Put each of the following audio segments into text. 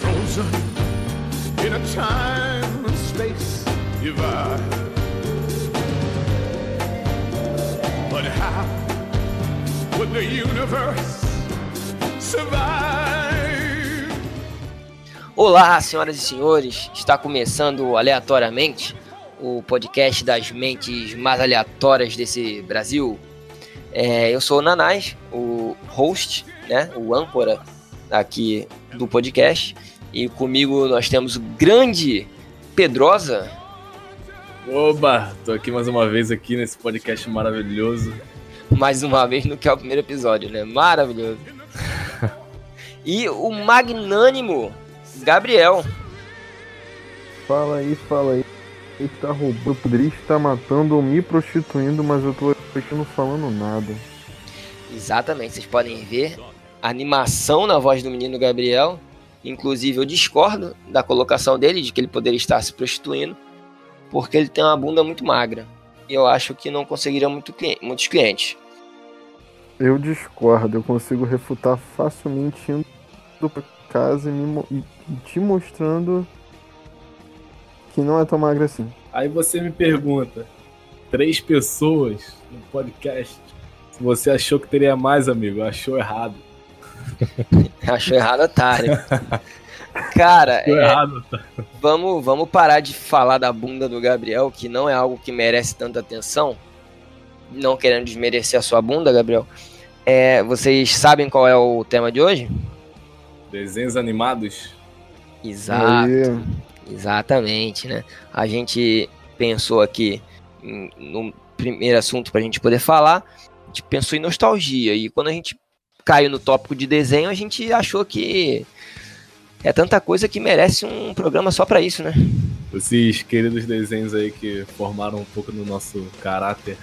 creature in a time and space divide. But how would the universe survive? Olá, senhoras e senhores, está começando o aleatoriamente o podcast das mentes mais aleatórias desse Brasil. É, eu sou o Nanás, o host, né, o âncora aqui do podcast, e comigo nós temos o grande Pedrosa. Oba, tô aqui mais uma vez aqui nesse podcast maravilhoso. mais uma vez no que é o primeiro episódio, né? Maravilhoso. e o magnânimo Gabriel. Fala aí, fala aí. Ele tá roubando, poderia estar matando ou me prostituindo, mas eu tô aqui não falando nada. Exatamente, vocês podem ver a animação na voz do menino Gabriel. Inclusive, eu discordo da colocação dele de que ele poderia estar se prostituindo, porque ele tem uma bunda muito magra. E eu acho que não conseguiria muito cli- muitos clientes. Eu discordo, eu consigo refutar facilmente indo pra casa e, me mo- e- e te mostrando que não é tão magra assim. Aí você me pergunta, três pessoas no podcast. Se você achou que teria mais, amigo, achou errado. Achou errado, otário. Cara, Achou é, errado. Vamos, vamos parar de falar da bunda do Gabriel, que não é algo que merece tanta atenção. Não querendo desmerecer a sua bunda, Gabriel. É, vocês sabem qual é o tema de hoje? Desenhos animados. Exato, Aí, exatamente, né? A gente pensou aqui em- no primeiro assunto para a gente poder falar, a gente pensou em nostalgia e quando a gente caiu no tópico de desenho, a gente achou que é tanta coisa que merece um programa só para isso, né? Esses queridos desenhos aí que formaram um pouco do nosso caráter.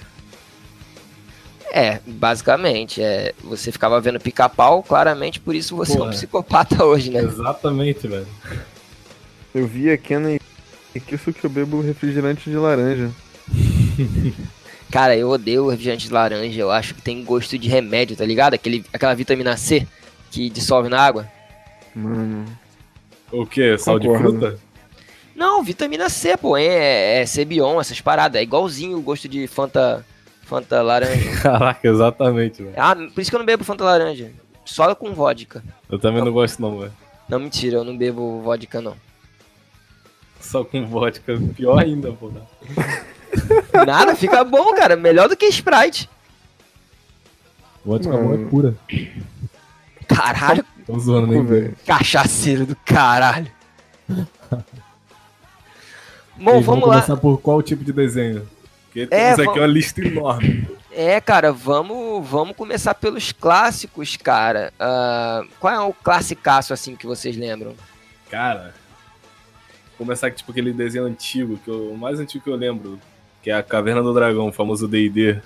É, basicamente. É, você ficava vendo pica-pau, claramente, por isso você é um Porra. psicopata hoje, né? Exatamente, velho. eu vi a Kenna e e que isso que eu bebo refrigerante de laranja. Cara, eu odeio o refrigerante de laranja, eu acho que tem gosto de remédio, tá ligado? Aquele, aquela vitamina C que dissolve na água. Mano, O quê? Sal de Concordo. fruta? Não, vitamina C, pô, é, é Cebion, essas paradas. É igualzinho o gosto de Fanta, Fanta laranja. Caraca, exatamente, velho. ah, por isso que eu não bebo Fanta laranja. Só com vodka. Eu também não gosto não, velho. Não, mentira, eu não bebo vodka, não. Só com vodka, pior ainda, pô. Nada, fica bom, cara. Melhor do que Sprite. Vodka Mano. boa é pura. Caralho, Tô zoando, nem velho. Cachaceiro do caralho. Bom, Eles vão vamos lá. começar por qual tipo de desenho? Porque É, temos vamos- aqui uma lista enorme. É, cara, vamos, vamos começar pelos clássicos, cara. Ah, qual é o classicaço, assim, que vocês lembram? Cara, começar com tipo, aquele desenho antigo, que eu- o mais antigo que eu lembro, que é a Caverna do Dragão, o famoso D&D.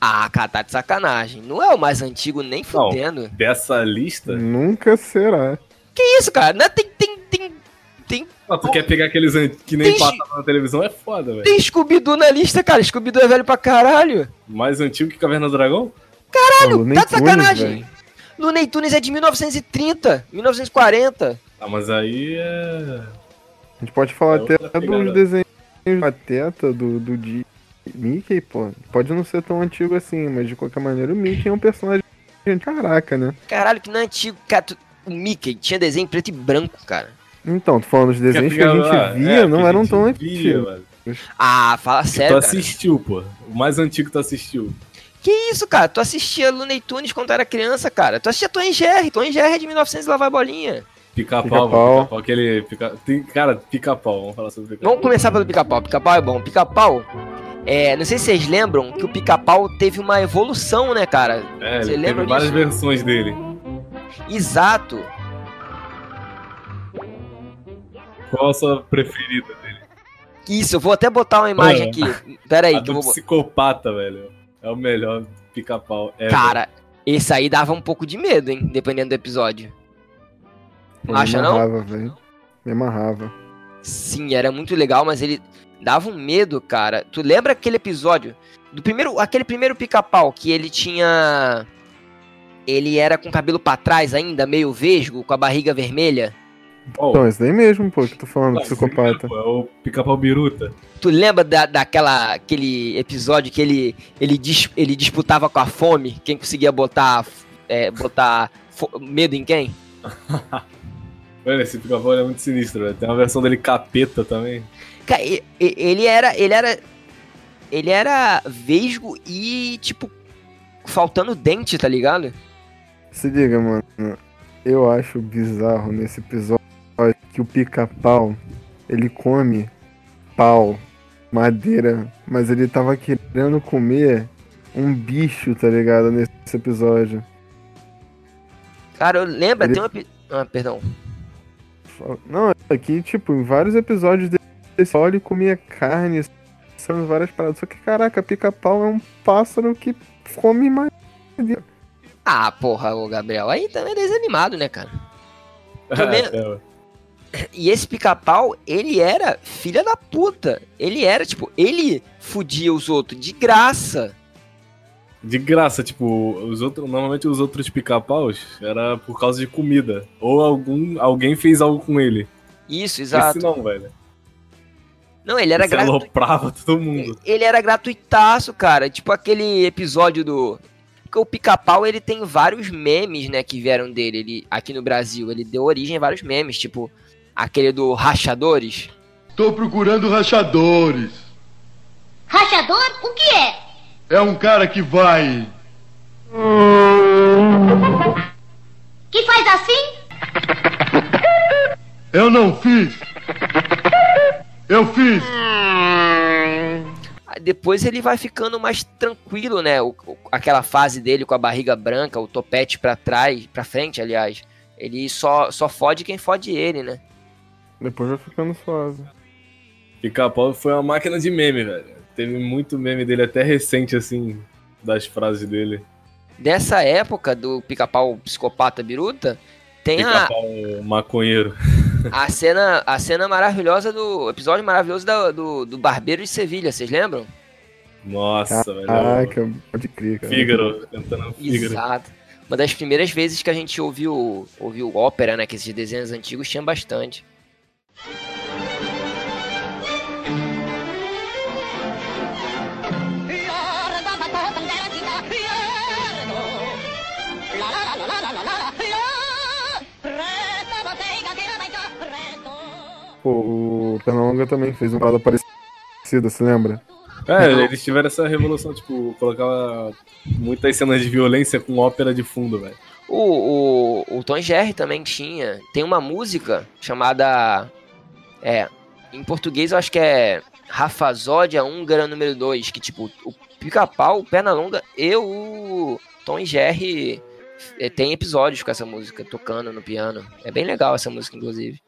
Ah, cara, tá de sacanagem. Não é o mais antigo, nem Não. fudendo. Dessa lista, Nunca será. Que isso, cara? Não é- tem, tem, tem, tem, ah, tu quer pegar aqueles an- que nem Tem- passavam na televisão, é foda, velho. tem Scooby-Doo na lista, cara. Scooby-Doo é velho pra caralho. Mais antigo que Caverna do Dragão? Mano, nem tá de Tunes, sacanagem. velho. No Tunes é de 1930, 1940. Ah, mas aí é... A gente pode falar É até outra pegada. dos desenhos do Pateta, do, do de Mickey, pô. Pode não ser tão antigo assim, mas de qualquer maneira o Mickey é um personagem. Caraca, né? Caralho, que não é antigo. Cara, tu- o Mickey tinha desenho em preto e branco, cara. Então, tô falando dos desenhos Quer que a pegar- gente ah, via, é, que não a eram gente tão via, antigos. velho. Ah, fala Tu sério, cara. assistiu, pô. O mais antigo que tu assistiu. Que isso, cara? Tu assistia Looney Tunes quando era criança, cara. Tu assistia Tom e Jerry. Tom e Jerry é de 1900 e lá vai bolinha. Pica-pau, Pica-pau. velho. pica-pau. Aquele... Pica... tem- Cara, pica-pau. Vamos falar sobre pica-pau. Vamos começar pelo Pica-Pau. Pica-Pau é bom. Pica-Pau... É, não sei se vocês lembram que o Pica-Pau teve uma evolução, né, cara? É, Você ele teve lembra várias disso? versões dele. Exato. Qual a sua preferida dele? Isso, eu vou até botar uma imagem É. aqui. Pera aí, a que eu do vou... psicopata, velho. É o melhor pica-pau. É, Cara, esse aí dava um pouco de medo, hein? Dependendo do episódio. Pô, Acha me não? amarrava, velho. Me amarrava. Sim, era muito legal, mas ele dava um medo, cara. Tu lembra aquele episódio do primeiro, aquele primeiro pica-pau que ele tinha ele era com o cabelo pra trás ainda, meio vesgo, com a barriga vermelha? Pô, Então, esse daí mesmo, pô, que eu tô falando, tá, psicopata. É o pica-pau biruta. Tu lembra da, daquela aquele episódio que ele, ele, dis, ele disputava com a fome? Quem conseguia botar, é, botar fo- medo em quem? Mano, esse pica-pau ele é muito sinistro, velho. Tem uma versão dele capeta também. Cara, e- e- ele era. Ele era. Ele era vesgo e, tipo, faltando dente, tá ligado? Se liga, mano. Eu acho bizarro nesse episódio que o pica-pau, ele come pau, madeira, mas ele tava querendo comer um bicho, tá ligado? Nesse episódio. Cara, eu lembro, Ele- tem um epi- Ah, perdão. Não, aqui, tipo, em vários episódios desse óleo comia carne, são várias paradas. Só que, caraca, pica-pau é um pássaro que come madeira. Ah, porra, o Gabriel. Aí também é desanimado, né, cara? Tu lembra? É, mano. E esse pica-pau, ele era filha da puta. Ele era, tipo, ele fudia os outros de graça. de graça, tipo, os outros, normalmente os outros pica-paus era por causa de comida. Ou algum, alguém fez algo com ele. Isso, Esse exato. não... não, velho. ele era Esse gratu... aloprava todo mundo. ele era gratuitaço, cara. Tipo aquele episódio do porque o pica-pau ele tem vários memes, né, que vieram dele. Ele aqui no Brasil, ele deu origem a vários memes, tipo aquele do rachadores. Tô procurando rachadores. Rachador, o que é? É um cara que vai. Que faz assim? Eu não fiz. Eu fiz. Aí Depois ele vai ficando mais tranquilo, né? O- o- aquela fase dele com a barriga branca, o topete pra trás, pra frente, aliás. Ele só, só fode quem fode ele, né? Depois vai ficando suave. Pica-pau foi uma máquina de meme, velho. Teve muito meme dele, até recente, assim, das frases dele. Dessa época do pica-pau psicopata biruta, tem a, Pica-pau maconheiro. a, cena, a cena maravilhosa do. o episódio maravilhoso da- do, do Barbeiro de Sevilha, vocês lembram? Nossa, velho. é um Caraca, pode crer, cara. Fígaro, cantando Fígaro. Exato. Uma das primeiras vezes que a gente ouviu, ouviu ópera, né? Que esses desenhos antigos tinham bastante. Pô, o Pernalonga também fez uma parada parecida, se lembra? É, eles tiveram essa revolução, tipo, colocava muitas cenas de violência com ópera de fundo, velho. O, o, o Tom Jerry também tinha. Tem uma música chamada. É. Em português eu acho que é Rafazódia Húngara número 2. Que tipo, o pica-pau, o Pernalonga e o Tom Jerry eh, tem episódios com essa música, tocando no piano. É bem legal essa música, inclusive.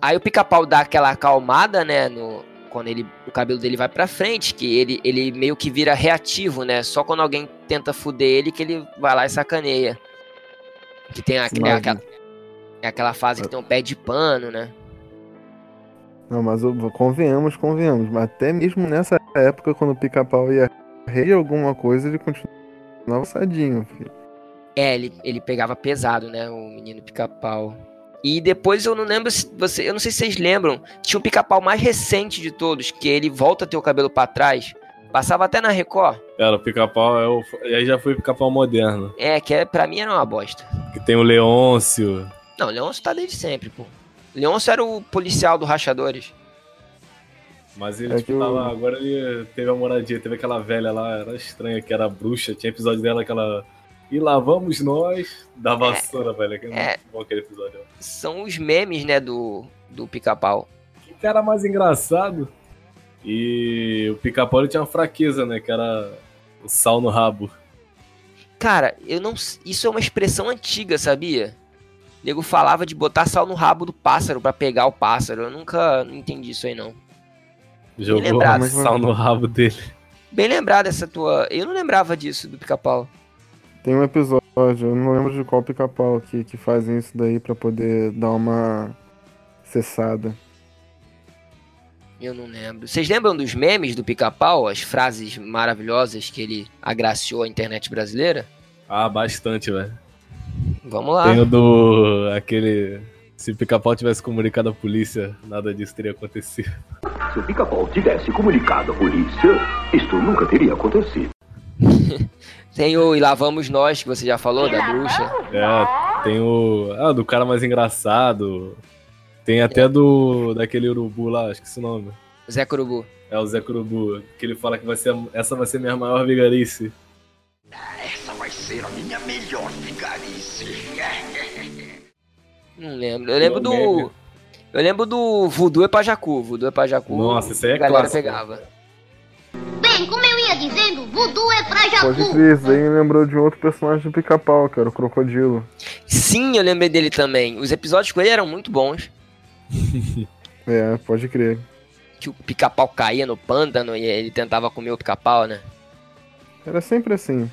Aí o pica-pau dá aquela acalmada, né? No, quando ele, o cabelo dele vai pra frente, que ele, ele meio que vira reativo, né? Só quando alguém tenta fuder ele que ele vai lá e sacaneia. Que tem aque- é Maravilha. aquela, é aquela fase que tem um pé de pano, né? Não, mas ô, convenhamos, convenhamos. Mas até mesmo nessa época, quando o pica-pau ia rei alguma coisa, ele continuava sadinho, filho. É, ele, ele pegava pesado, né? O menino pica-pau. E depois eu não lembro se você, eu não sei se vocês lembram, tinha um pica-pau mais recente de todos, que ele volta a ter o cabelo pra trás, passava até na Record. Era o pica-pau, é o... e aí já foi o pica-pau moderno. É, que é, pra mim era uma bosta. Que tem o Leôncio. Não, Leôncio tá desde sempre, pô. Leôncio era o policial do Rachadores. Mas ele, É que tipo, o- tava. Agora ele teve a moradia, teve aquela velha lá, era estranha, que era bruxa, tinha episódio dela que ela. E lá vamos nós da vassoura, velho. Que é, é. muito bom aquele episódio. São os memes, né, do, do pica-pau. Que cara mais engraçado. E o pica-pau ele tinha uma fraqueza, né? Que era o sal no rabo. Cara, eu não. s- Isso é uma expressão antiga, sabia? O nego falava de botar sal no rabo do pássaro pra pegar o pássaro. Eu nunca não entendi isso aí, não. Jogou lembrado. sal no rabo dele. Bem lembrado essa tua. Eu não lembrava disso do pica-pau. Tem um episódio, eu não lembro de qual pica-pau que, que fazem isso daí pra poder dar uma cessada. Eu não lembro. Vocês lembram dos memes do pica-pau? As frases maravilhosas que ele agraciou a internet brasileira? Ah, bastante, velho. Vamos lá. Tem o do. aquele. Se o pica-pau tivesse comunicado à polícia, nada disso teria acontecido. Se o pica-pau tivesse comunicado à polícia, isto nunca teria acontecido. Tem o E Lá Vamos Nós, que você já falou, da bruxa. É, tem o. Ah, do cara mais engraçado. Tem até do. daquele urubu lá, acho que é esse nome. Zé Curubu. É o Zé Curubu, que ele fala que vai ser. a- Essa vai ser minha maior vigarice. Essa vai ser a minha melhor vigarice. Não lembro. Eu lembro Não lembro. do. Eu lembro do Voodoo e Pajacu. Voodoo e Pajacu. Nossa, isso aí é A galera clássico. pegava. Bem, como eu ia dizendo, voodoo é pra Pode Jacu. crer, isso aí me lembrou de um outro personagem do pica-pau, cara, o crocodilo. Sim, eu lembrei dele também. Os episódios com ele eram muito bons. É, pode crer. Que o pica-pau caía no pântano e ele tentava comer o pica-pau, né? Era sempre assim.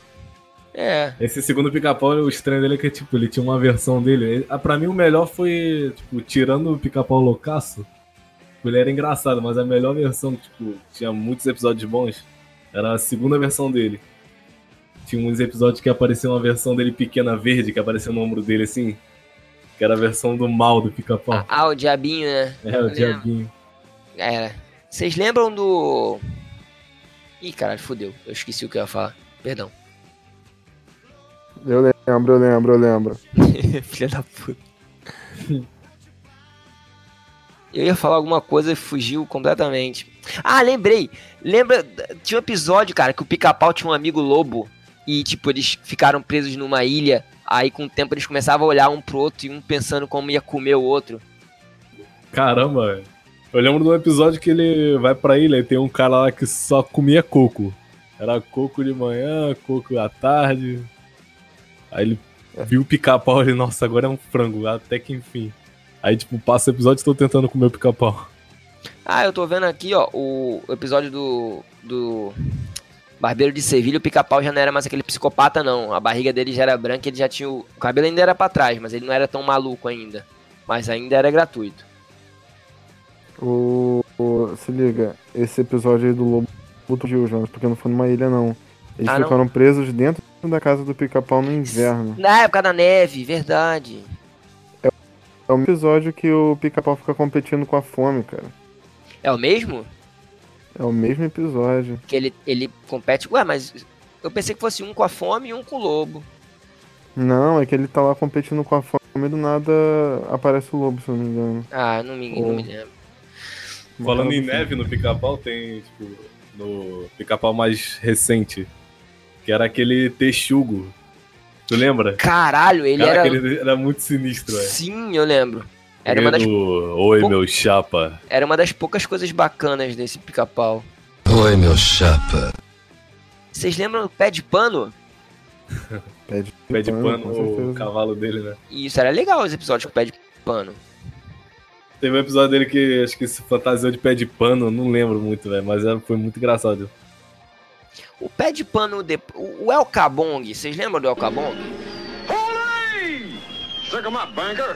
É. Esse segundo pica-pau, o estranho dele é que, tipo, ele tinha uma versão dele. Ele- ah, Pra mim, o melhor foi, tipo, tirando o pica-pau loucaço. tipo, Ele era engraçado, mas a melhor versão, tipo, tinha muitos episódios bons. Era a segunda versão dele. Tinha uns episódios que aparecia uma versão dele pequena verde, que aparecia no ombro dele, assim. Que era a versão do mal do pica-pau. Ah, o diabinho, né? é, o lembro. diabinho. Era. Vocês lembram do. Ih, caralho, fodeu. Eu esqueci o que eu ia falar. Perdão. Eu lembro, eu lembro, eu lembro. Filha da puta. Eu ia falar alguma coisa e fugiu completamente. Ah, lembrei. Lembra, tinha um episódio, cara, que o pica-pau tinha um amigo lobo. E, tipo, eles ficaram presos numa ilha. Aí, com o tempo, eles começavam a olhar um pro outro e um pensando como ia comer o outro. Caramba, velho. Eu lembro de um episódio que ele vai pra ilha e tem um cara lá que só comia coco. Era coco de manhã, coco à tarde. Aí ele viu o pica-pau e nossa, agora é um frango, até que enfim. Aí, tipo, passa o episódio e tô tentando comer o pica-pau. Ah, eu tô vendo aqui, ó, o episódio do. do. Barbeiro de Sevilha, o pica-pau já não era mais aquele psicopata, não. A barriga dele já era branca, ele já tinha. O, o cabelo ainda era pra trás, mas ele não era tão maluco ainda. Mas ainda era gratuito. O, o- se liga, esse episódio aí do Lobo fugiu, Jonas, porque não foi numa ilha, não. Eles Ah, não? ficaram presos dentro da casa do pica-pau no inverno. Na época da neve, verdade. É o mesmo episódio que o pica-pau fica competindo com a fome, cara. É o mesmo? É o mesmo episódio. Que ele, ele compete. Ué, mas eu pensei que fosse um com a fome e um com o lobo. Não, é que ele tá lá competindo com a fome e do nada aparece o lobo, se eu não me engano. Ah, não me, não me lembro. Falando em neve no pica-pau, tem, tipo, no pica-pau mais recente, que era aquele texugo. Tu lembra? Caralho, ele Caraca, era. ele era muito sinistro, velho. Sim, eu lembro. Era uma, das, Aquele do, Oi, meu chapa. era uma das poucas coisas bacanas desse pica-pau. Oi, meu chapa. Vocês lembram do pé de pano? Pé de Pé de com pano, o certeza. cavalo dele, né? E isso era legal, os episódios com pé de pano. Teve um episódio dele que acho que se fantasiou de pé de pano, não lembro muito, velho, mas era- foi muito engraçado. O pé de pano, de... o o El Cabong, vocês lembram do El Cabong? Check 'em up, banker.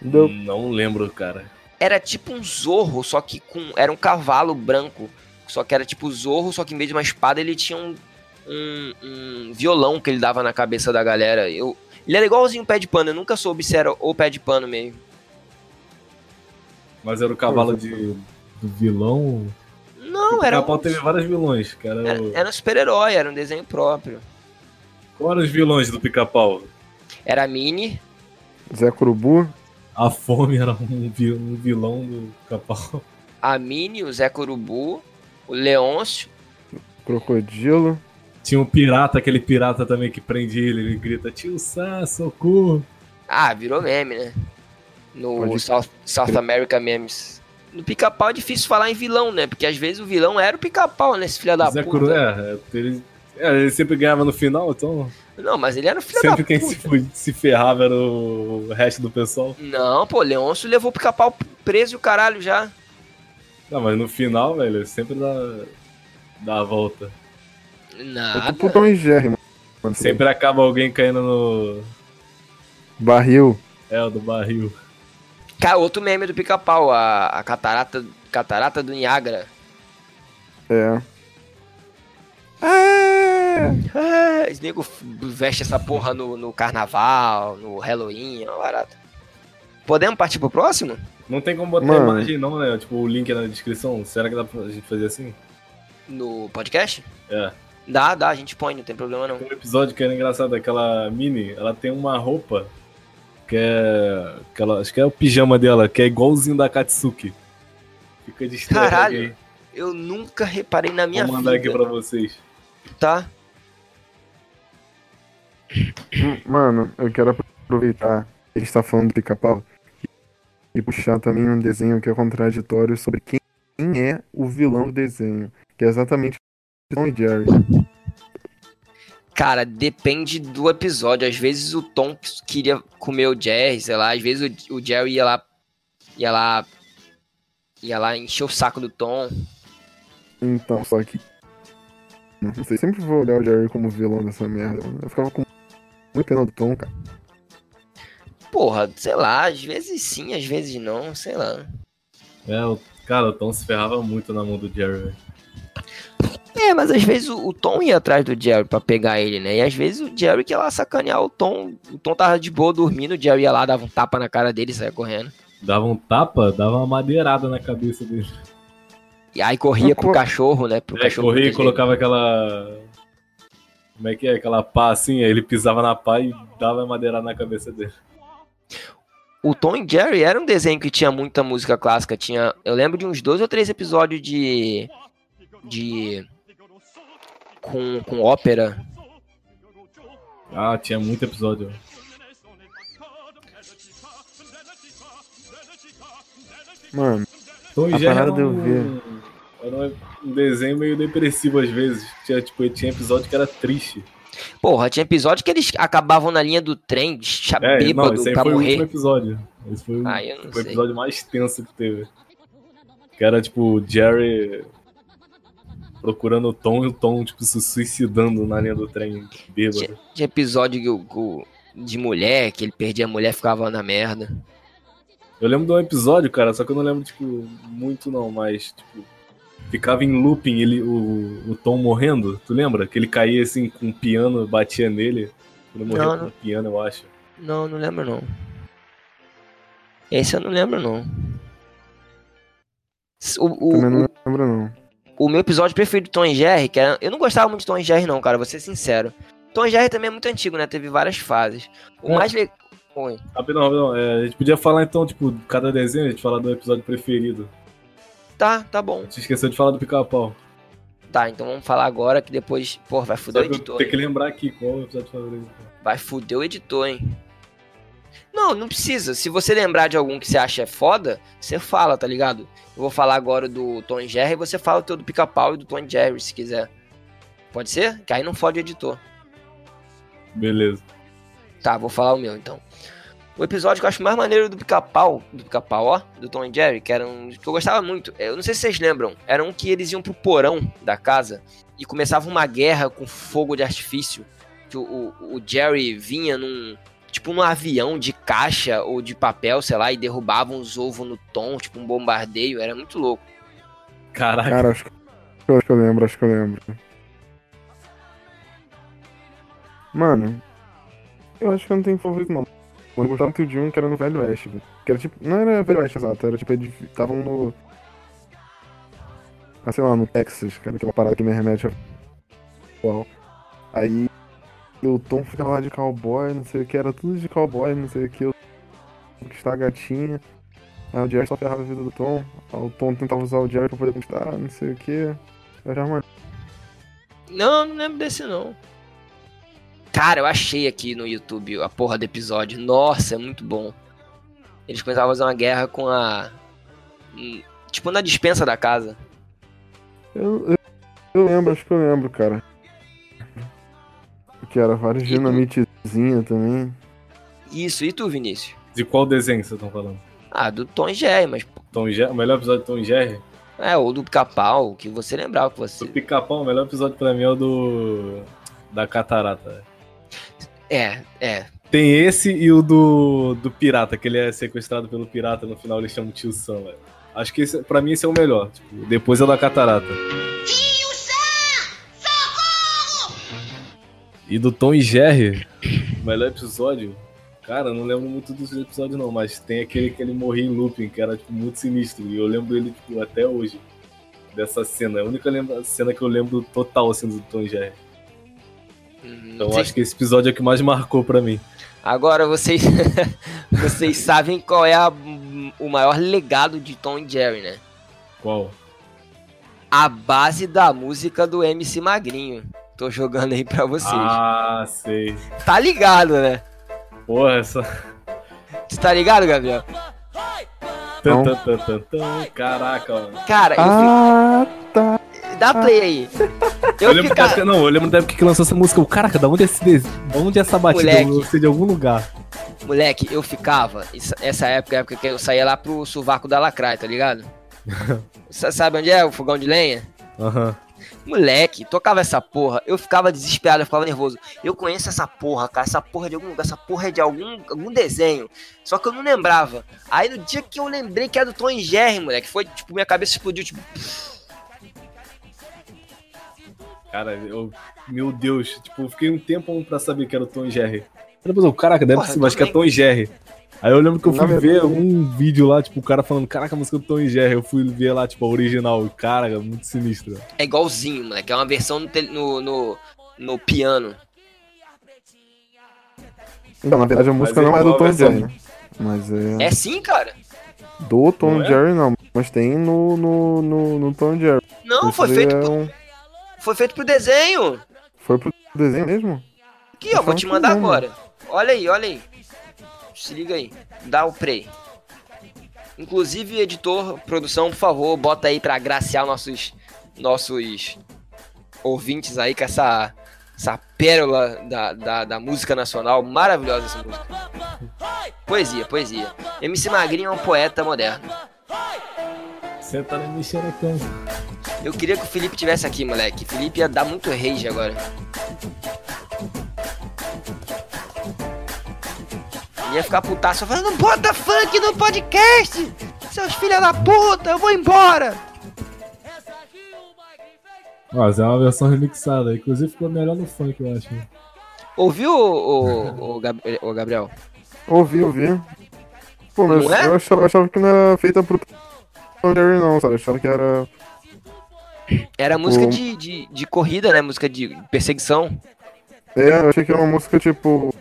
Deu. Não lembro, cara. Era tipo um zorro, só que com... Era um cavalo branco, só que era tipo zorro, só que em vez de uma espada ele tinha um, um, um violão que ele dava na cabeça da galera. Eu... Ele era igualzinho o pé de pano, eu nunca soube se era o pé de pano mesmo. Mas era o cavalo de do vilão. Não, o era Capão um... teve vários vilões, cara. Era, era um super-herói, era um desenho próprio. Qual eram os vilões do pica-pau? Era mini, Zé Curubu? A fome era um vi- um vilão do pica-pau. a mini, o Zé Curubu, o Leôncio, Crocodilo. Tinha um pirata, aquele pirata também que prende ele, ele grita, tio Sá, socorro. Ah, virou meme, né? No Pode South, South America Memes. No pica-pau é difícil falar em vilão, né? Porque às vezes o vilão era o pica-pau, né? Esse filho da Zé puta. Curu, é, ele, é, ele sempre ganhava no final, então Não, mas ele era o filho sempre da quem puta. se, fu- se ferrava era o o resto do pessoal. Não, pô, Leôncio levou o pica-pau preso e o caralho já. Não, mas no final, velho, ele sempre dá, dá a volta. É Nada. tipo o Tom e Jerry, mano. Sempre acaba alguém caindo no. Barril. É, do barril. Cara, outro meme do pica-pau, a, a catarata, catarata do Niagara. É. Ah! Ah, esse nego f- veste essa porra no, no carnaval, no Halloween, é uma barata. Podemos partir pro próximo? Não tem como botar Mano. imagem, não, né? Tipo, o link na descrição. Será que dá pra gente fazer assim? No podcast? É. Dá, dá, a gente põe, não tem problema não. Tem um episódio que era engraçado, aquela mini, ela tem uma roupa que é. Que ela, acho que é o pijama dela, que é igualzinho da Katsuki. Fica de estreia Caralho, aí. Eu nunca reparei na minha Vou mandar aqui vida, pra vocês. tá? Mano, eu quero aproveitar que a gente tá falando do pica-pau e puxar também um desenho que é contraditório sobre quem quem é o vilão do desenho, que é exatamente o Tom e Jerry. Cara, depende do episódio. Às vezes o Tom queria comer o Jerry, sei lá. Às vezes o, o Jerry ia lá, ia lá, ia lá encher o saco do Tom. Então, só que. Não sei, sempre vou olhar o Jerry como vilão dessa merda. mano. Eu ficava com muito pena do Tom, cara. Porra, sei lá. Às vezes sim, às vezes não, sei lá. É, o- cara, o Tom se ferrava muito na mão do Jerry. velho. É, mas às vezes o, o Tom ia atrás do Jerry pra pegar ele, né? E às vezes o Jerry que ia lá sacanear o Tom. O Tom tava de boa dormindo, o Jerry ia lá, dava um tapa na cara dele e saia correndo. Dava um tapa, dava uma madeirada na cabeça dele. E aí corria Mas, pro pô, cachorro, né? Pro É, cachorro corria e proteger. colocava aquela. Como é que é? Aquela pá assim, aí ele pisava na pá e dava a madeirada na cabeça dele. O Tom e Jerry era um desenho que tinha muita música clássica. Tinha, eu lembro de uns dois ou três episódios de de com, com ópera. Ah, tinha muito episódio. Mano, Tom e A Jerry parada era de eu um- ver. Era um desenho meio depressivo às vezes. Tinha, tipo, tinha episódio que era triste. Porra, tinha episódio que eles acabavam na linha do trem, chá- É, não, Tá bêbado esse aí pra foi o morrer. último episódio. Esse foi o, Ah, eu não foi o sei. episódio mais tenso que teve. Que era, tipo, o Jerry procurando o Tom e o Tom, tipo, se suicidando na linha do trem, bêbado. Tinha, tinha episódio que, o- que o- de mulher, que ele perdia a mulher e ficava na merda. Eu lembro de um episódio, cara, só que eu não lembro, tipo, muito não, mas, tipo, ficava em looping ele, o, o Tom morrendo, tu lembra? Que ele caía assim com um piano, batia nele. Ele morreu Não, com não. um piano, eu acho. Não, não lembro não. Esse eu não lembro não. O- o- o, também não lembro não. o meu episódio preferido de Tom e Jerry, que era... Eu não gostava muito de Tom e Jerry não, cara, vou ser sincero. Tom e Jerry também é muito antigo, né? Teve várias fases. O É. mais legal... Oi. Rapidão, rapidão. É, a gente podia falar então, tipo, cada desenho, a gente falar do episódio preferido. Tá, tá bom. A gente esqueceu de falar do pica-pau. Tá, então vamos falar agora que depois... Pô, vai Só fuder o que eu editor. tenho que hein? lembrar aqui qual é o episódio favorito. Vai fuder o editor, hein? Não, não precisa. Se você lembrar de algum que você acha é foda, você fala, tá ligado? Eu vou falar agora do Tom e Jerry e você fala o teu do Pica-Pau e do Tom e Jerry, se quiser. Pode ser? Que aí não fode o editor. Beleza. Tá, vou falar o meu então. O episódio que eu acho mais maneiro do pica-pau, do pica-pau, ó, do Tom e Jerry, que era um que eu gostava muito. Eu não sei se vocês lembram, era um que eles iam pro porão da casa e começava uma guerra com fogo de artifício. Que o, o, o Jerry vinha num. Tipo num avião de caixa ou de papel, sei lá, e derrubava uns ovos no tom, tipo um bombardeio, era muito louco. Caraca, Cara, acho que, acho que eu lembro, acho que eu lembro. Mano, eu acho que eu não tenho favorito não. Eu gostava muito de um que era no Velho Oeste, velho. que era tipo, não era Velho Oeste exato, era tipo, eles estavam no... Ah, sei lá, no Texas, cara, que é uma parada que me remete ao... atual. Aí, o Tom ficava lá de cowboy, não sei o que, era tudo de cowboy, não sei o que, eu conquistar a gatinha. Aí o Jerry só ferrava a vida do Tom. Aí Tá, o Tom tentava usar o Jerry pra poder conquistar, não sei o que. Era uma... Não, não lembro desse não. Cara, eu achei aqui no YouTube a porra do episódio. Nossa, é muito bom. Eles começavam a fazer uma guerra com a. hum, Tipo, na dispensa da casa. Eu, eu, eu lembro, acho que eu lembro, cara. Que era vários E tu? dinamitezinha também. Isso, e tu, Vinícius? de qual desenho vocês estão falando? Ah, do Tom e Jerry, mas. pô, Tom e Jerry, o melhor episódio de Tom e Jerry? É, ou do Capal, o que você lembrava que Do você. pica-pau, o melhor episódio pra mim é o do... Da catarata. É, é. Tem esse e o do, do pirata, que ele é sequestrado pelo pirata, no final ele chama o tio Sam, velho. Acho que esse, pra mim esse é o melhor. Tipo, depois é o da catarata. Tio Sam! Socorro! E do Tom e Jerry, o melhor episódio. Cara, eu não lembro muito dos episódios não, mas tem aquele que ele morria em looping, que era tipo, muito sinistro. E eu lembro ele tipo, até hoje, dessa cena. É a única lembra- cena que eu lembro total assim, do Tom e Jerry. Então eu Vocês- acho que esse episódio é o que mais marcou pra mim. Agora vocês vocês sabem qual é a- o maior legado de Tom e Jerry, né? Qual? A base da música do MC Magrinho. Tô jogando aí pra vocês. Ah, sei. Tá ligado, né? Porra, essa. Tu tá ligado, Gabriel? Não. Tan, tan, tan, tan. Caraca, mano. Cara, eu Ah, fi- dá play aí. Eu, Eu, lembro fica- da, não, eu lembro da época que lançou essa música. Eu, Caraca, da onde é esse des- da onde é essa batida? Moleque. Eu sei de algum lugar. Moleque, eu ficava. isso- Essa época, época que eu saía lá pro sovaco da Lacraia, tá ligado? Sa- Sabe onde é o fogão de lenha? Aham. Moleque, tocava essa porra, eu ficava desesperado, eu ficava nervoso. Eu conheço essa porra, cara, essa porra é de algum lugar, essa porra é de algum, algum desenho. Só que eu não lembrava. Aí no dia que eu lembrei que era do Tom e Jerry, moleque, foi tipo, minha cabeça explodiu, tipo, Cara, eu. Meu Deus, tipo, eu fiquei um tempo pra saber que era o Tom e Jerry. Aí Depois eu, caraca, deve Porra, ser, acho que é também. Tom e Jerry. Aí eu lembro que eu Na fui verdade- ver um vídeo lá, tipo, o cara falando, caraca, a música do Tom e Jerry. Eu fui ver lá, tipo, a original. Caraca, muito sinistro. é igualzinho, moleque. É uma versão no, tele- no, no, no piano. Então, na verdade a música é não é do igual Tom a e Jerry. versão- né? Mas é. É sim, cara. Do Tom Não é? e Jerry não, mas tem no, no, no, no Tom e Jerry. Não, Esse foi daí feito, é pro, um- foi feito pro desenho. Foi pro desenho mesmo? Aqui, ó, vou falando te que mandar não, mano. agora. Olha aí, olha aí. Se liga aí. Dá o play. Inclusive, editor, produção, por favor, bota aí pra agraciar nossos nossos ouvintes aí com essa essa pérola da, da, da música nacional. Maravilhosa essa música. Poesia, poesia. MC Magrinho é um poeta moderno. Você tá me xerecão. Eu queria que o Felipe tivesse aqui, moleque. Felipe ia dar muito rage agora. Ia ficar putaço falando, não bota funk no podcast! Seus filha da puta, eu vou embora! Mas é uma versão remixada. Inclusive ficou melhor no funk, eu acho. Ouviu, o, Gabriel? Ouvi, ouvi. Pô, mas Não é? eu achava, eu achava que não era feita pro Tom e Jerry não, sabe? Eu achava que era. Era música Bom. de, de, de corrida, né? Música de perseguição. É, eu achei que era uma música tipo.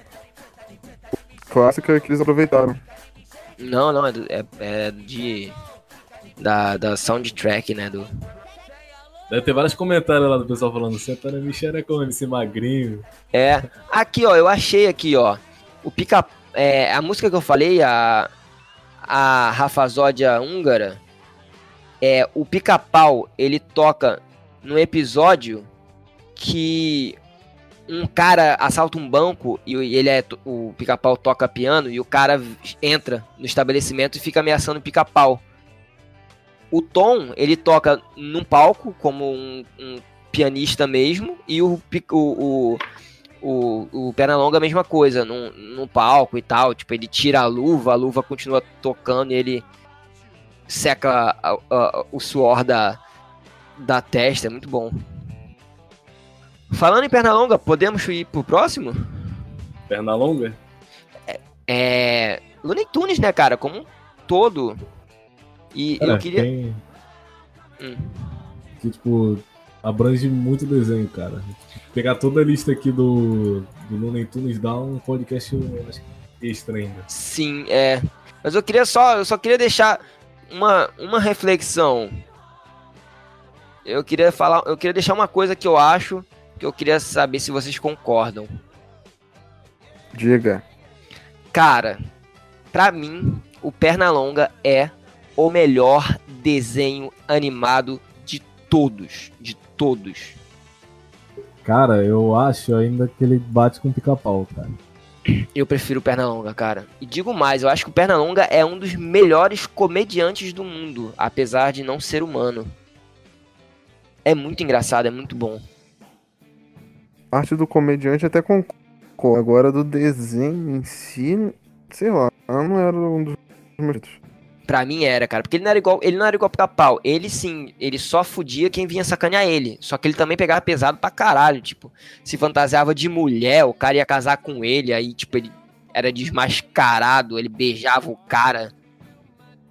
clássica que eles aproveitaram. Não, não, é, do- é- é de. Da, da soundtrack, né? Do... Deve ter vários comentários lá do pessoal falando, você tá me xerecão, esse magrinho. É. Aqui, ó, eu achei aqui, ó. O pica. É, a música que eu falei, a. A Rafazódia húngara. É, o pica-pau, ele toca num episódio que um cara assalta um banco e o- e ele é. to- O pica-pau toca piano e o cara v- entra no estabelecimento e fica ameaçando o pica-pau. O Tom, ele toca num palco, como um, um pianista mesmo, e o, pi- o, o, o, o Pernalonga é a mesma coisa, num, num palco e tal. Tipo, ele tira a luva, a luva continua tocando e ele seca a- a- o suor da, da testa. É muito bom. Falando em Pernalonga, podemos ir pro próximo? Perna longa? É. Looney Tunes, né, cara? Como um todo. E eu Cara, queria. tem- Hum. Que, tipo, abrange muito desenho, cara. Pegar toda a lista aqui do, do Looney Tunes dá um podcast, eu acho que é extra ainda. Sim, é. Mas eu queria só, eu só queria deixar uma, uma reflexão. Eu queria falar, eu queria deixar uma coisa que eu acho, que eu queria saber se vocês concordam. Diga. Cara, pra mim, o Pernalonga é o melhor desenho animado de todos, de todos. Cara, eu acho ainda que ele bate com pica-pau, cara. Eu prefiro o Pernalonga, cara. E digo mais, eu acho que o Pernalonga é um dos melhores comediantes do mundo, apesar de não ser humano. É muito engraçado, é muito bom. Parte do comediante até con- recordo. Agora do desenho em si, sei lá, ela não era um dos meus favoritos. Pra mim era, cara. Porque ele não era igual, ele não era igual pica-pau. Ele sim, ele só fudia quem vinha sacanear ele. Só que ele também pegava pesado pra caralho, tipo, se fantasiava de mulher, o cara ia casar com ele, aí, tipo, ele era desmascarado, ele beijava o cara.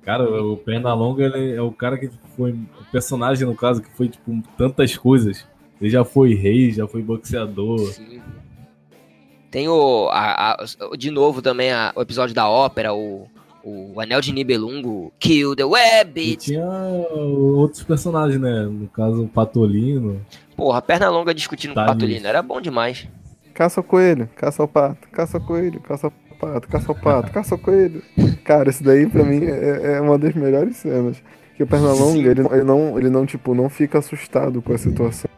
Cara, o Pernalonga ele é o cara que foi. O personagem, no caso, que foi, tipo, tantas coisas. Ele já foi rei, já foi boxeador. Sim. Tem o. a- a- de novo também a- o episódio da ópera, o, o Anel de Nibelungo, Kill the E Rabbit. tinha outros personagens, né? No caso, o Patolino. Porra, perna longa discutindo com o Tá Patolino, nisso. era bom demais. Caça o coelho, caça o pato, caça o coelho, caça o pato, caça o pato, caça o coelho. Cara, isso daí pra mim é, é uma das melhores cenas. Que o Pernalonga, ele, ele não, ele não, tipo, não fica assustado com a situação.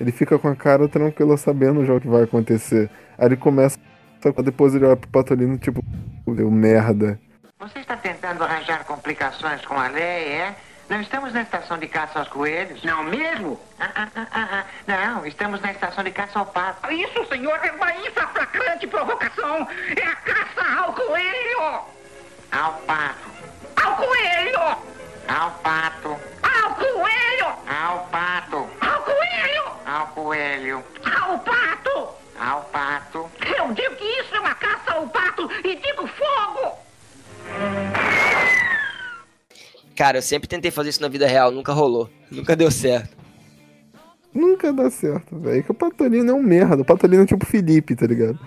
Ele fica com a cara tranquila, sabendo já o que vai acontecer. Aí ele começa, só que depois ele olha pro Patolino, tipo, deu merda. Você está tentando arranjar complicações com a lei, é? Não estamos na estação de caça aos coelhos. Não mesmo? Ah, ah, ah, ah, ah. Não, estamos na estação de caça ao pato. Isso, senhor, é uma insafracante provocação. É a caça ao coelho. Ao pato. Ao coelho. Ao pato. Ao coelho. Ao pato. Ao coelho. Ao coelho. Ao pato. Ao pato. Eu digo que isso é uma caça ao pato e digo fogo. Cara, eu sempre tentei fazer isso na vida real, nunca rolou. Nunca deu certo. Nunca dá certo, velho. Que o Patolino é um merda. O Patolino é tipo Felipe, tá ligado?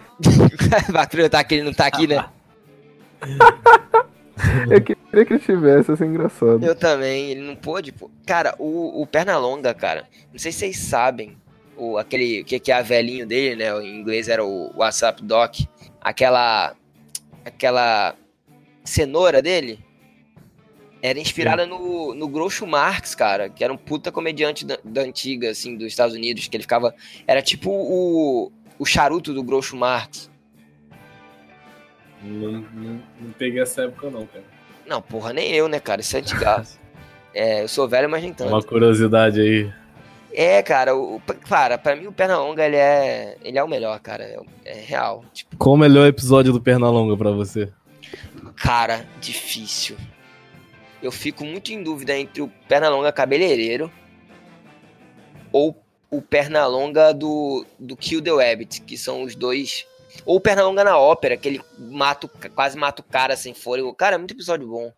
Patrulha tá que ele não tá aqui, né? Eu queria É que ele tivesse, ia ser engraçado. Eu também, ele não pôde, pô. Cara, o, o Pernalonga, cara, não sei se vocês sabem, o, aquele, o que que é a velhinho dele, né, em inglês era o WhatsApp Doc, aquela, aquela cenoura dele, era inspirada no, no Groucho Marx, cara, que era um puta comediante da, da antiga, assim, dos Estados Unidos, que ele ficava, era tipo o, o charuto do Groucho Marx. Não, não- não peguei essa época, não, cara. Não, porra, nem eu, né, cara, isso é antigaço. É, eu sou velho, mas nem tanto. Uma curiosidade aí. É, cara, o, o- cara, pra mim o Pernalonga, ele é, ele é o melhor, cara, é, o- é real. Tipo, Qual o melhor episódio do Pernalonga pra você? cara, difícil. Eu fico muito em dúvida entre o Pernalonga cabeleireiro ou o Pernalonga do, do Kill the Rabbit, que são os dois... Ou o Pernalonga na ópera, que ele mata, o ca- quase mata o cara sem fôlego. Cara, é muito episódio bom.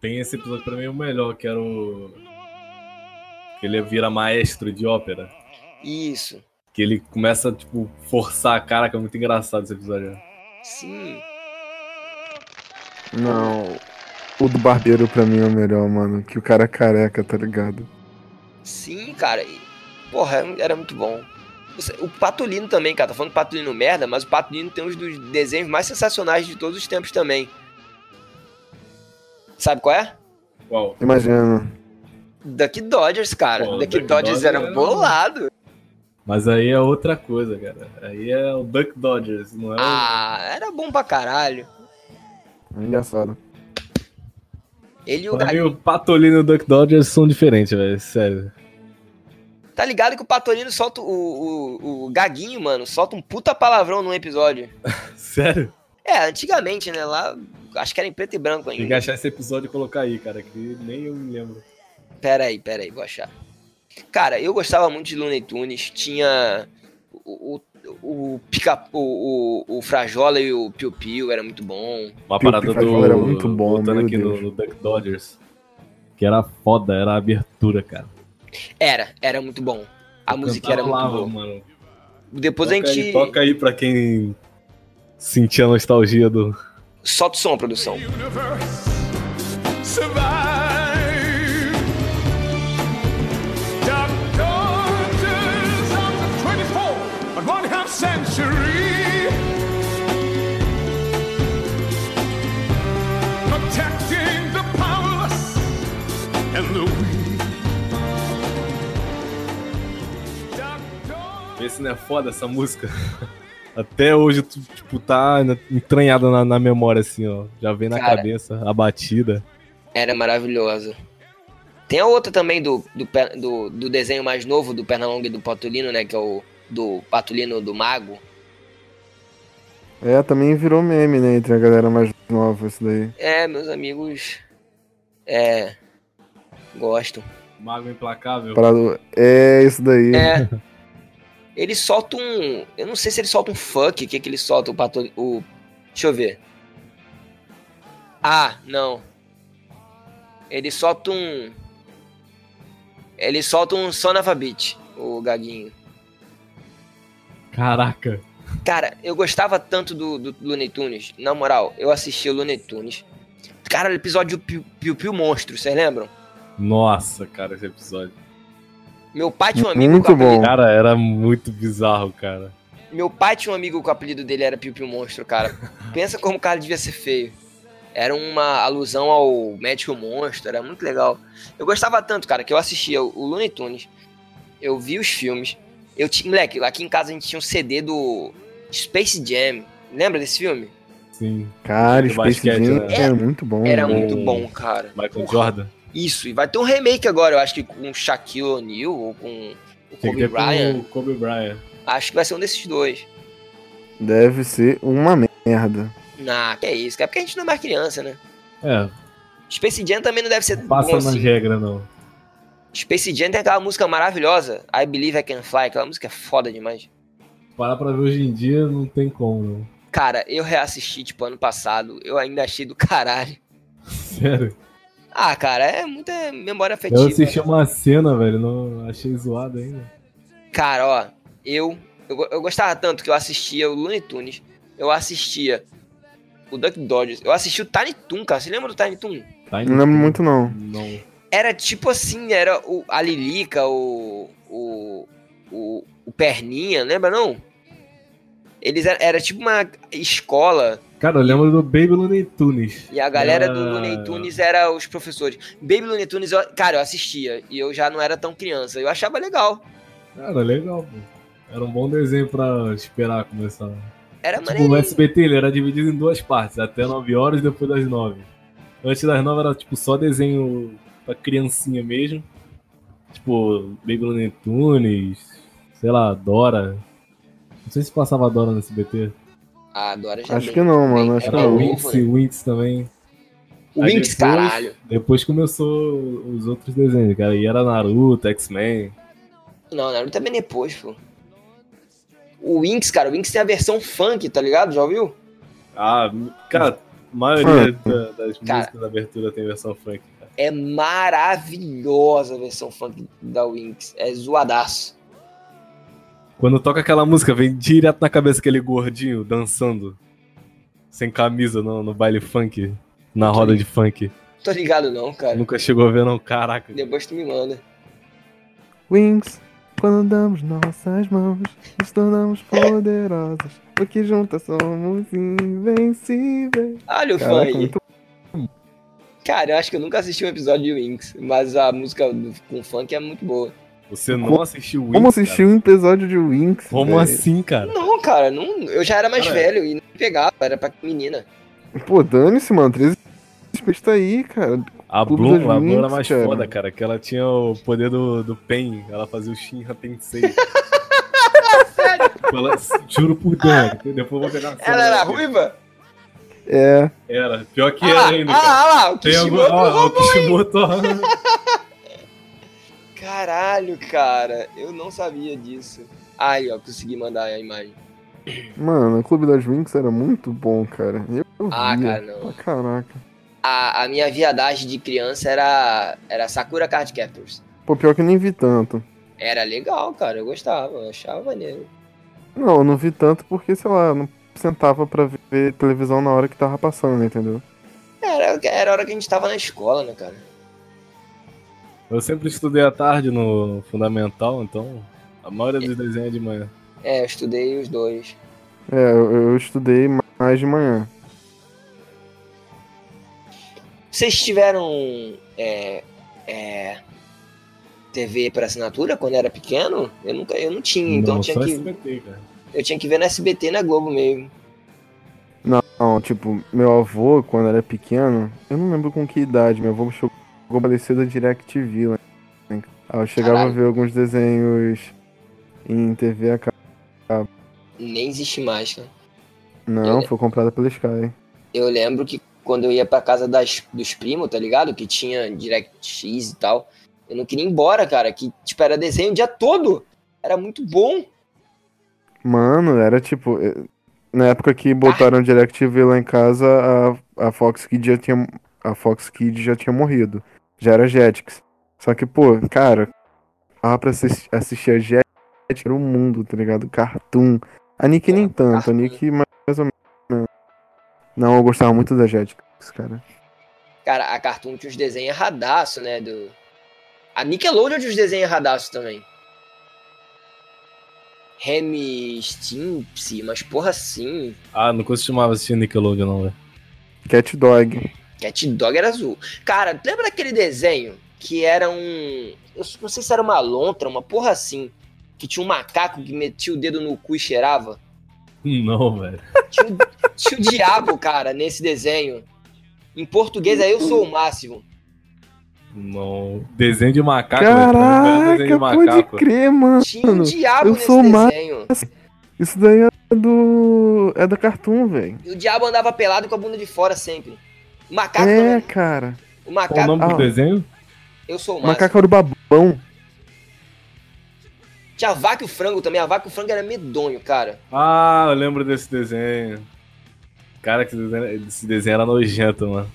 Tem esse episódio pra mim o melhor, que era o. Que ele vira maestro de ópera. Isso, Que ele começa, tipo, forçar a cara, que é muito engraçado esse episódio. sim. Não. O do barbeiro pra mim é o melhor, mano. Que o cara é careca, tá ligado? Sim, cara. e- porra, era- era muito bom. Você- O Patolino também, cara. Tá falando Patolino merda, mas o Patolino tem um dos desenhos mais sensacionais de todos os tempos também. Sabe qual é? Qual? Imagina. Duck Dodgers, cara. Pô, Duck Duck Dodgers é um Dodgers era era- bolado. Mas aí é outra coisa, cara. Aí é o Duck Dodgers, não é? o- Ah, era bom pra caralho. É engraçado. Ele e o Pra mim, Galinho. o Patolino e o Duck Dodgers são diferentes, velho. Sério. Tá ligado que o Patolino solta o, o, o Gaguinho, mano. Solta um puta palavrão num episódio. Sério? É, antigamente, né? Lá, acho que era em preto e branco Tem ainda. que achar esse episódio e colocar aí, cara, que nem eu me lembro. Pera aí, pera aí, vou achar. Cara, eu gostava muito de Looney Tunes. Tinha o, o, o, pica, o, o, o Frajola e o Piu Piu, era muito bom. Uma Piu, parada do. Piu, Fajol era muito bom, voltando meu aqui no, Deus. no Duck Dodgers. Que era foda, era a abertura, cara. Era, era muito bom. A música era muito lava, boa. mano. Depois Toca a gente aí, toca aí pra quem sentia a nostalgia do. solta o som, produção. universe survive. Dark daughters of the 24th and one half century. Protecting the powerless and the weak. Dark daughters Esse não é foda, essa música. Até hoje, tu, tipo, tá ainda entranhada na, na memória, assim, ó. Já vem na Cara. cabeça a batida. Era maravilhosa. Tem a outra também do, do, Pe- do, do desenho mais novo do Pernalonga e do Patulino, né? Que é o do Patulino do Mago. É, também virou meme, né? Entre a galera mais nova, isso daí. É, meus amigos. É. Gostam. Mago implacável. Parado... É isso daí. É. Ele solta um. Eu não sei se ele solta um funk. O que, que ele solta? O pato. O... Deixa eu ver. Ah, não. Ele solta um. Ele solta um Sonava Beat, o Gaguinho. Caraca. Cara, eu gostava tanto do, do Looney Tunes. Na moral, eu assisti o Looney Tunes. Cara, o episódio Piu Piu, Piu Monstro, vocês lembram? Nossa, cara, esse episódio. Meu pai tinha um amigo Muito com o apelido- bom. Cara, era muito bizarro, cara. Meu pai tinha um amigo que o apelido dele era Piu Piu Monstro, cara. Pensa como o cara devia ser feio. Era uma alusão ao Médico Monstro, era muito legal. Eu gostava tanto, cara, que eu assistia o o Looney Tunes, eu vi os filmes. Eu tinha, moleque, aqui em casa a gente tinha um CD do Space Jam. Lembra desse filme? Sim. Cara, Do Space basquete, Jam né? era muito bom. Era né? muito bom, cara. Michael Porra, Jordan. Isso, e vai ter um remake agora, eu acho que com o Shaquille O'Neal ou com o Tinha que Kobe ter com Bryant. o Kobe Bryant. Acho que vai ser um desses dois. Deve ser uma merda. Ah, que é isso, cara, porque a gente não é mais criança, né? É, Space Jam também não deve ser passa bom nas assim. regras, não. Space Jam tem aquela música maravilhosa, I Believe I Can Fly, aquela música é foda demais. Parar pra ver hoje em dia não tem como, não. Cara, eu reassisti, tipo, ano passado, eu ainda achei do caralho. Sério. Ah, cara, é tipo muita memória afetiva. Eu assisti uma cena, velho, não achei zoado ainda. Cara, ó, eu, eu, go- eu gostava tanto que eu assistia o Looney Tunes, eu assistia o Duck Dodgers, eu assisti o Tiny Toon, cara, você lembra do Tiny Toon? Tá Não lembro muito, não. Não. Era tipo assim, era o, a Lilica, o, o, o, o Perninha, lembra não? Eles era, era tipo uma escola Cara, eu lembro do Baby Looney Tunes. e a galera do Ah, Looney Tunes era os professores. Baby Looney Tunes, eu- cara, eu assistia e eu já não era tão criança. Eu achava legal. Cara, legal, pô. Era um bom desenho pra esperar começar. Era Tipo, o maneiro. SBT ele era dividido em duas partes, até 9 horas e depois das 9. Antes das 9 era tipo só desenho pra criancinha mesmo. Tipo, Baby Looney Tunes, sei lá, Dora. Não sei se passava Dora no SBT. Ah, agora já Acho bem- que não, mano. bem- Acho é que bem Era não. novo, Winx, né? Winx também. O Aí Winx, depois- caralho. Depois começou os outros desenhos, cara. E era Naruto, X-Men. Não, Naruto é bem depois, pô. O Winx, cara, o Winx tem a versão funk, tá ligado? Já ouviu? Ah, cara, a maioria da- das Cara. músicas da abertura tem versão funk, cara. É maravilhosa a versão funk da Winx. É zoadaço. Quando toca aquela música, vem direto na cabeça aquele gordinho dançando. Sem camisa no, no baile funk. Na roda de funk. Tô ligado não, cara. Nunca chegou a ver, não. Caraca. Depois tu me manda. Wings, quando damos nossas mãos, nos tornamos poderosos. Porque juntas somos invencíveis. Olha o Caraca, funk. muito Cara, eu acho que eu nunca assisti um episódio de Winx, mas a música do- com funk é muito boa. Você não Como- assistiu o Como assistir um episódio de Wings? Como velho? assim, cara? Não, cara, não, eu já era mais Cara, velho e não pegava, era pra menina. Pô, dane-se, mano. 13 respeita aí, cara. A Clube Bloom, dos a Bloom era Winx, mais cara. foda, cara. Que ela tinha o poder do, do Pen. Ela fazia o Shinra Tensei. Tipo, ela- juro por Deus. Depois eu vou pegar a cena Ela era dela. ruiva? É. Era. Pior que Ah era lá, ainda, ah cara. lá, ah lá, o Tem algum... Kishimoto Ó, o roubou. Kishimoto. Caralho, cara, eu não sabia disso. Aí, ó, consegui mandar a imagem. Mano, o Clube das Wings era muito bom, cara. Eu, eu Ah, via. cara, não. Pra caraca. A, a minha viadagem de criança era, era Sakura Card Captors. Pô, pior que eu nem vi tanto. Era legal, cara, eu gostava, eu achava maneiro. Não, eu não vi tanto porque, sei lá, eu não sentava pra ver televisão na hora que tava passando, né, entendeu? Era, era a hora que a gente tava na escola, né, cara? Eu sempre estudei à tarde no Fundamental, então a maioria dos desenhos é de manhã. É, eu estudei os dois. É, eu, eu estudei mais de manhã. Vocês tiveram é, é, TV por assinatura quando era pequeno, eu nunca eu não tinha, então Não, eu tinha só que SBT, cara. eu tinha que ver na SBT e na Globo mesmo. Não, tipo, meu avô, quando era pequeno, eu não lembro com que idade, meu avô chegou a falecer da DirecTV lá. né? Aí eu chegava Caralho. a ver alguns desenhos em TV a cabo. Nem existe mais, cara. Não, Eu- foi comprada pela Sky. Eu lembro que quando eu ia pra casa das, dos primos, tá ligado? Que tinha DirectX e tal. Eu não queria ir embora, cara. Que, tipo, era desenho o dia todo. Era muito bom. Mano, era tipo. eh, Na época que botaram DirecTV lá em casa, a, a Fox Kids já tinha. A Fox Kids já tinha morrido. Já era Jetix. Só que, pô, cara, dava pra assistir, assistir a Jetix, era o mundo, tá ligado? Cartoon. A Nick É, nem tanto, Cartoon. a Nick mais mais ou menos. Não, eu gostava muito da Jetix, cara. Cara, a Cartoon tinha os desenhos erradaço, né? Do... A Nickelodeon tinha os desenhos erradaço também. Remy Stimpsy, mas porra assim. Ah, não costumava assistir Nickelodeon, não, velho. Cat Dog. Cat Dog era azul. Cara, lembra daquele desenho que era um. Eu não sei se era uma lontra, uma porra assim. Que tinha um macaco que metia o dedo no cu e cheirava. Não, velho. Tinha o, tinha o diabo, cara, nesse desenho. Em português é Eu Sou o Máximo. Não. Desenho de macaco, velho. um Desenho Caraca, de pode macaco. crer, Tinha o mano. diabo eu nesse sou o Máximo. desenho. Isso daí é do. É da Cartoon, velho. E o diabo andava pelado com a bunda de fora sempre. O macaco É, também. cara. Qual O o macaco. nome do Ah. desenho? Eu sou o máximo. Macaco era o babão. Tinha a vaca e o frango também. A vaca e o frango era medonho, cara. Ah, eu lembro desse desenho. Cara, que esse desenho, esse desenho era nojento, mano.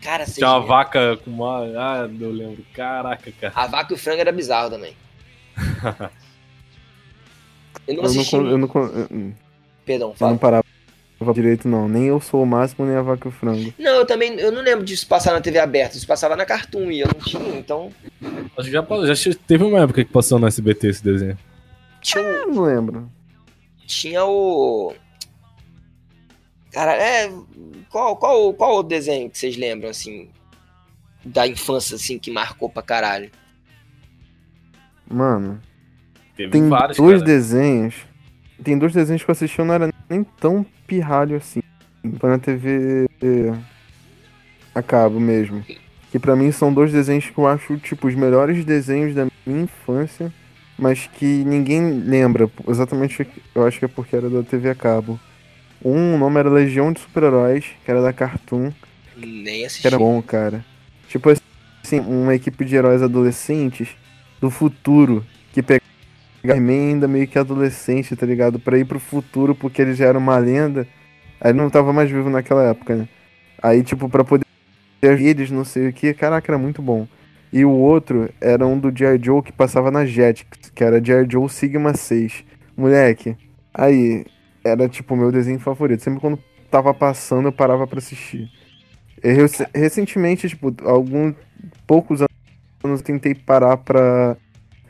Cara, vocês Tinha uma lembram? vaca com uma. Ah, eu lembro. Caraca, cara. A vaca e o frango era bizarro também. eu não Eu não, assisti. con- eu, não, con- eu Perdão, eu fala. não parava direito, não. Nem eu sou o máximo, nem a vaca e o frango. Não, eu também. Eu não lembro disso passar na TV aberta. Isso passava na Cartoon e eu não tinha. Então. Acho que já, pa- já che- teve uma época que passou no SBT esse desenho. Tinha, o- Eu não lembro. tinha o. Cara, é. Qual, qual, qual o desenho que vocês lembram, assim? Da infância, assim, que marcou pra caralho? Mano, Teve tem vários. dois cara. desenhos. Tem dois desenhos que eu assisti, eu não era nem tão pirralho assim. Foi na TV a cabo mesmo. Que pra mim são dois desenhos que eu acho, tipo, os melhores desenhos da minha infância, mas que ninguém lembra. Exatamente, eu acho que é porque era da TV a cabo. Um, o nome era Legião de Super-Heróis, que era da Cartoon. Nem assisti. que era bom, cara. Tipo assim, uma equipe de heróis adolescentes do futuro que pegava emenda meio que adolescente, tá ligado? Pra ir pro futuro porque ele já era uma lenda. Aí ele não tava mais vivo naquela época, né? Aí, tipo, pra poder ver eles, não sei o que, caraca, era muito bom. E o outro era um do G.I. Joe que passava na Jetix, que era G.I. Joe Sigma 6. Moleque, aí, era tipo o meu desenho favorito. Sempre quando tava passando, eu parava pra assistir. Eu rec- recentemente, tipo, alguns poucos anos, eu tentei parar pra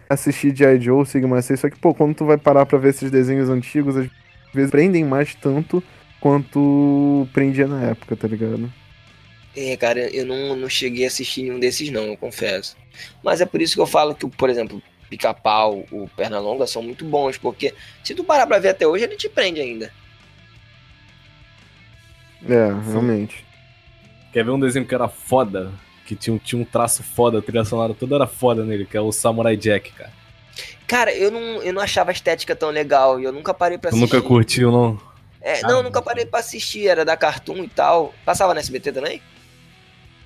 assistir G.I. Joe, Sigma 6, só que, pô, quando tu vai parar pra ver esses desenhos antigos, às vezes prendem mais tanto quanto prendia na época, tá ligado? É, cara, eu não, não cheguei a assistir nenhum desses, não, eu confesso. Mas é por isso que eu falo que, por exemplo, Pica-Pau, o Pernalonga são muito bons, porque se tu parar pra ver até hoje, ele te prende ainda. É, realmente. Quer ver um desenho que era foda? Que tinha, um- tinha um traço foda, a trilha sonora toda era foda nele, que é o Samurai Jack, cara. Cara, eu não, eu não achava a estética tão legal e eu nunca parei pra Tu assistir. nunca curtiu, não? É, Ah, não, eu não. nunca parei pra assistir, era da Cartoon e tal. Passava na SBT também?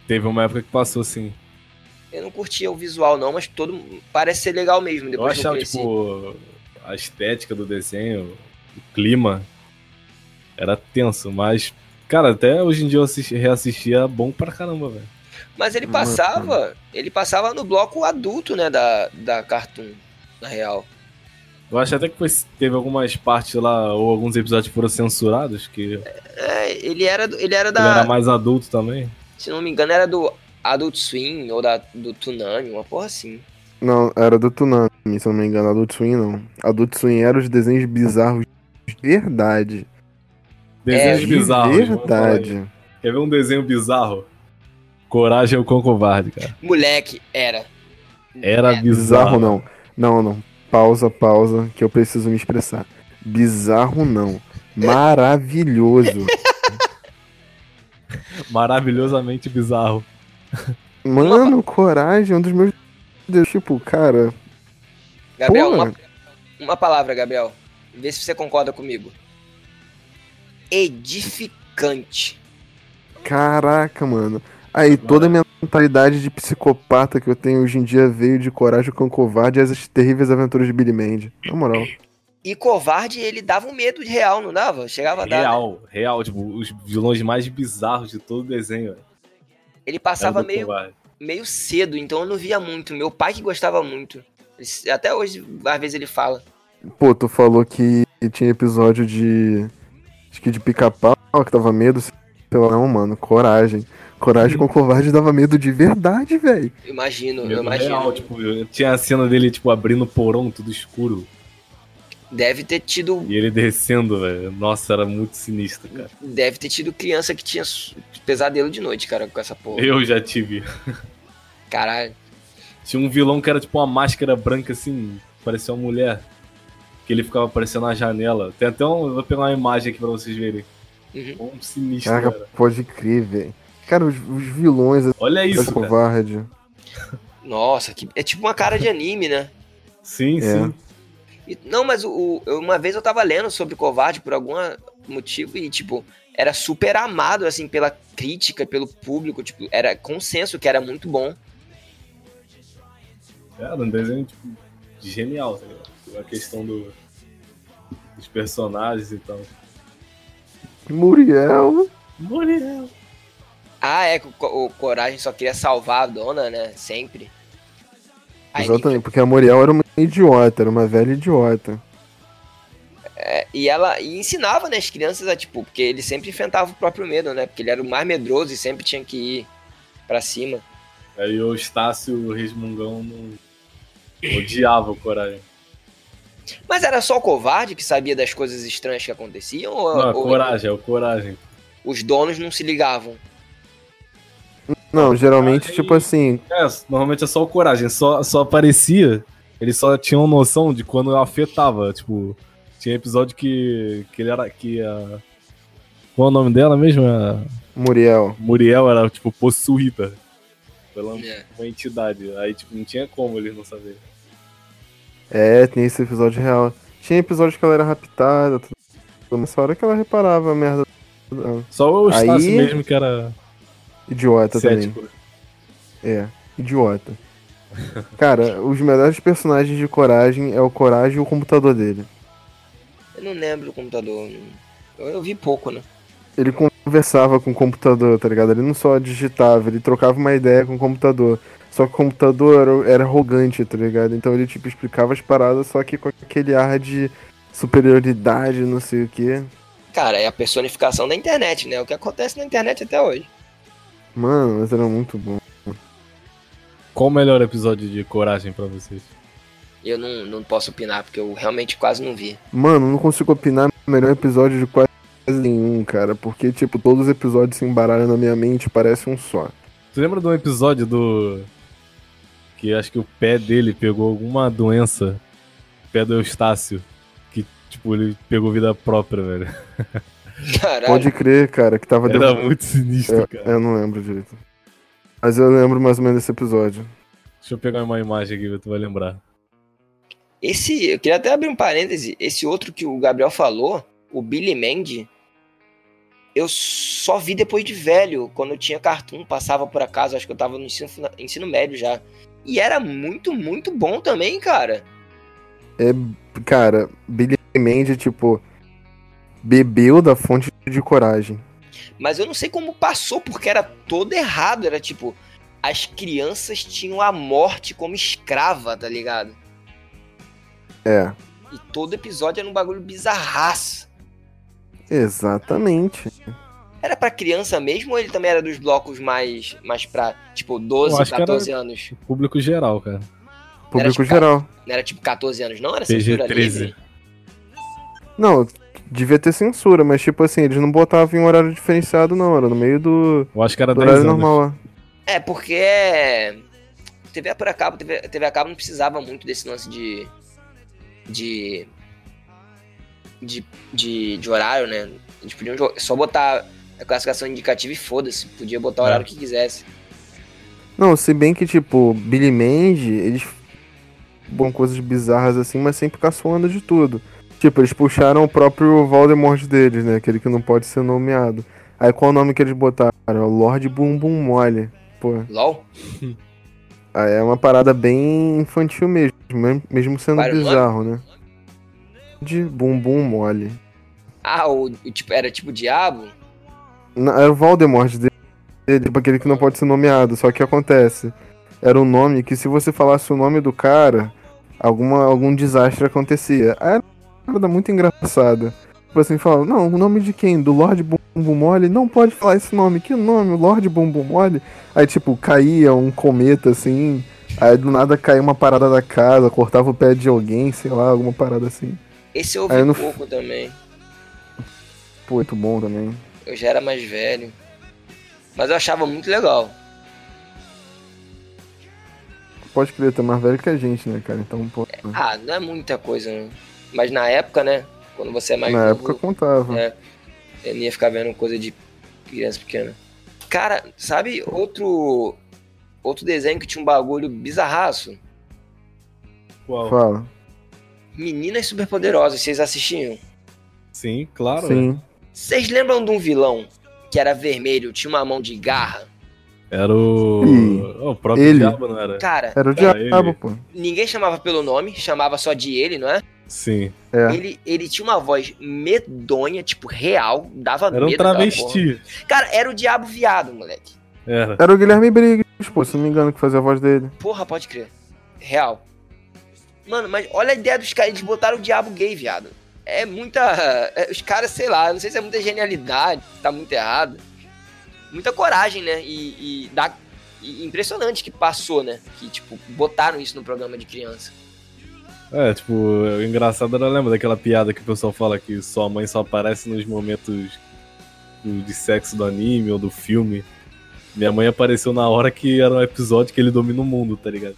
Teve uma época que passou assim. Eu não curtia o visual, não, mas todo parece ser legal mesmo. Eu Depois que eu achava, cresci. tipo, a estética do desenho, o clima, era tenso, mas, cara, até hoje em dia eu assisti, reassisti, é bom pra caramba, velho. Mas ele Mano. passava, ele passava no bloco adulto, né, da, da Cartoon, na real. Eu acho até que foi- teve algumas partes lá, ou alguns episódios foram censurados, que ele É, ele era, do- ele era da. era mais adulto também. Se não me engano, era do Adult Swim ou da, do Tunami, uma porra assim. Não, era do Tsunami, se eu não me engano, Adult Swim não. Adult Swim era os desenhos bizarros de verdade. Desenhos É, De bizarros. vamos tá, falar aí. verdade. Quer ver um desenho bizarro? Coragem é o Cão Covarde, cara. Moleque, era. É, Era Bizarro bizarro. não. Não, não. Pausa, pausa, que eu preciso me expressar. Bizarro não. Maravilhoso. Maravilhosamente bizarro. Mano, coragem, um dos meus. Deus, Tipo, cara. Gabriel, Porra. uma, uma palavra, Gabriel. Vê se você concorda comigo. Edificante. Caraca, mano. Aí toda a minha mentalidade de psicopata que eu tenho hoje em dia veio de Coragem com o Covarde e as terríveis aventuras de Billy Mandy. Na moral. E covarde, ele dava um medo de real, não dava? Chegava a dar. né? Real, real. Tipo, os vilões mais bizarros de todo o desenho. velho. Era Ele o passava Dr. meio, Wily. meio cedo, então eu não via muito. Meu pai que gostava muito. Ele- Até hoje, às vezes, ele fala. Pô, tu falou que tinha episódio de. Acho que de pica-pau, que dava medo. sei lá. Não, mano, coragem. Coragem com o covarde dava medo de verdade, velho. Eu Imagino, eu Medo imagino. real, tipo, eu- tinha a cena dele, tipo, abrindo o porão, tudo escuro. Deve ter tido. E ele descendo, velho. Nossa, era muito sinistro, cara. Deve ter tido criança que tinha su- pesadelo de noite, cara, com essa porra. Eu já tive. Caralho. Tinha um vilão que era tipo uma máscara branca, assim, parecia uma mulher. Que ele ficava aparecendo na janela. Tem até um. eu Vou pegar uma imagem aqui pra vocês verem. Uhum. Um sinistro, Caraca, cara. pode crer, velho. Cara, os, os vilões assim, Olha isso, cara. covarde. Nossa, que... é tipo uma cara de anime, né? Sim, É. sim. E- não, mas o, o- eu- uma vez eu tava lendo sobre Covarde por algum ah, motivo e, tipo, era super amado, assim, pela crítica, pelo público, tipo, era consenso que era muito bom. Cara, um desenho tipo, genial, tá ligado? A questão do, dos personagens então. e tal. Muriel. Muriel. Ah, é, que o, Co- o Coragem só queria salvar a dona, né? Sempre. Aí, Exatamente, porque a Muriel era uma idiota, era uma velha idiota. é, e ela e ensinava, né, as crianças a, tipo, porque ele sempre enfrentava o próprio medo, né? Porque ele era o mais medroso e sempre tinha que ir pra cima. Aí o Estácio o Resmungão não odiava o Coragem. Mas era só o covarde que sabia das coisas estranhas que aconteciam? Ou, Não, é ou coragem, é o coragem. os donos não se ligavam? Não, geralmente, Aí- tipo assim, É, normalmente é só o coragem, só, só aparecia. Eles só tinham noção de quando afetava. Tipo, tinha episódio que, que ele era. Que a... Qual é o nome dela mesmo? A Muriel. Muriel era, tipo, possuída pela É. uma entidade. Aí, tipo, não tinha como eles não saberem. É, tem esse episódio real. Tinha episódio que ela era raptada, tudo. Nessa hora que ela reparava a merda. Ah, Só o Aí- tá Estácio mesmo que era Idiota também. cético. É, idiota. Cara, os melhores personagens de Coragem é o Coragem e o computador dele. Eu não lembro do computador. Eu, eu vi pouco, né? Ele conversava com o computador, tá ligado? Ele não só digitava, ele trocava uma ideia com o computador. Só que o computador era, era arrogante, tá ligado? Então ele, tipo, explicava as paradas, só que com aquele ar de superioridade, não sei o quê. Cara, é a personificação da internet, né? O que acontece na internet até hoje. Mano, mas era muito bom. Qual o melhor episódio de coragem pra vocês? Eu não, não posso opinar, porque eu realmente quase não vi. Mano, não consigo opinar o melhor episódio de quase nenhum, cara. Porque, tipo, todos os episódios se embaralham na minha mente, parece um só. Tu lembra de um episódio do. Que acho que o pé dele pegou alguma doença? O pé do Eustácio. Que, tipo, ele pegou vida própria, velho. Caralho, Pode crer, cara, que tava Era um. devo- muito sinistro, cara. Eu não lembro direito. Mas eu lembro mais ou menos desse episódio. Deixa eu pegar uma imagem aqui, tu vai lembrar. esse. Eu queria até abrir um parêntese. Esse outro que o Gabriel falou, o Billy Mandy, eu só vi depois de velho. Quando eu tinha cartoon, passava por acaso, acho que eu tava no ensino, fina- ensino médio já. E era muito, muito bom também, cara. Cara, Billy Mandy, tipo, bebeu da fonte de coragem. Mas eu não sei como passou, porque era todo errado. Era tipo, as crianças tinham a morte como escrava, tá ligado? É, E todo episódio era um bagulho bizarraço. exatamente. Era pra criança mesmo ou ele também era dos blocos mais, mais pra, tipo, 12, Eu acho que era- 14 anos? Público geral, cara. Público tipo, geral. Não era tipo 14 anos, não? Era censura PG-13. livre? Não, devia ter censura, mas tipo assim, eles não botavam em horário diferenciado, não. Era no meio do, Eu acho que era do 10 horário anos. normal lá. É, porque é. TV por a cabo, TV, TV a cabo não precisava muito desse lance de. de. de, de, de horário, né? Eles podiam jo- só botar a classificação indicativa e foda-se. Podia botar o horário que quisesse. Não, se bem que, tipo, Billy Mandy, eles bom coisas bizarras assim, mas sempre caçoando de tudo. Tipo, eles puxaram o próprio Voldemort deles, né? Aquele que não pode ser nomeado. Aí qual o nome que eles botaram? É o Lorde Bumbum Mole. Pô, LOL? aí é uma parada bem infantil mesmo, mem- mesmo sendo Qual era o nome? bizarro, né? De Bumbum Mole. Ah, o, o tipo, era tipo o diabo? Não, Era o Voldemort dele, tipo aquele que não pode ser nomeado, só que acontece. Era um nome que se você falasse o nome do cara, alguma, algum desastre acontecia. Aí Era uma parada muito engraçada. Tipo assim, fala, não, o nome de quem? Do Lorde Bumbum Mole? Não pode falar esse nome, que nome? O Lorde Bumbum Mole? Aí tipo, caía um cometa assim, aí do nada caía uma parada da casa, cortava o pé de alguém, sei lá, alguma parada assim. Esse eu ouvi Ah, eu não- pouco também. Pô, muito bom também. Eu já era mais velho. Mas eu achava muito legal. Pode crer, tá mais velho que a gente, né, cara? Então, pô. Ah, não é muita coisa, né? Mas na época, né? Quando você é mais Na novo, época uhum. contava. né? Eu não ia ficar vendo coisa de criança pequena. Cara, sabe outro outro desenho que tinha um bagulho bizarraço? Qual? Fala. Meninas Superpoderosas, vocês assistiam? Sim, claro. né? Sim. Vocês lembram de um vilão que era vermelho, tinha uma mão de garra? é. Era o. Ih, o próprio ele. diabo, não era? Cara, Era o Tá, diabo, ele. pô. ninguém chamava pelo nome, chamava só de ele, não é? Sim. É. Ele, ele tinha uma voz medonha, tipo, real, dava Era um medo aquela porra. travesti. Cara, era o diabo viado, moleque. Era. Era o Guilherme Briggs, pô, se não me engano, que fazia a voz dele. Porra, pode crer. Real. Mano, mas olha a ideia dos caras. Eles botaram o diabo gay, viado. É muita. é, os caras, sei lá, não sei se é muita genialidade, tá muito errado. Muita coragem, né? E, e dá. e impressionante que passou, né? Que, tipo, botaram isso no programa de criança. É, tipo, o engraçado era lembra daquela piada que o pessoal fala que sua mãe só aparece nos momentos do- de sexo do anime ou do filme. Minha mãe apareceu na hora que era um episódio que ele domina o mundo, tá ligado?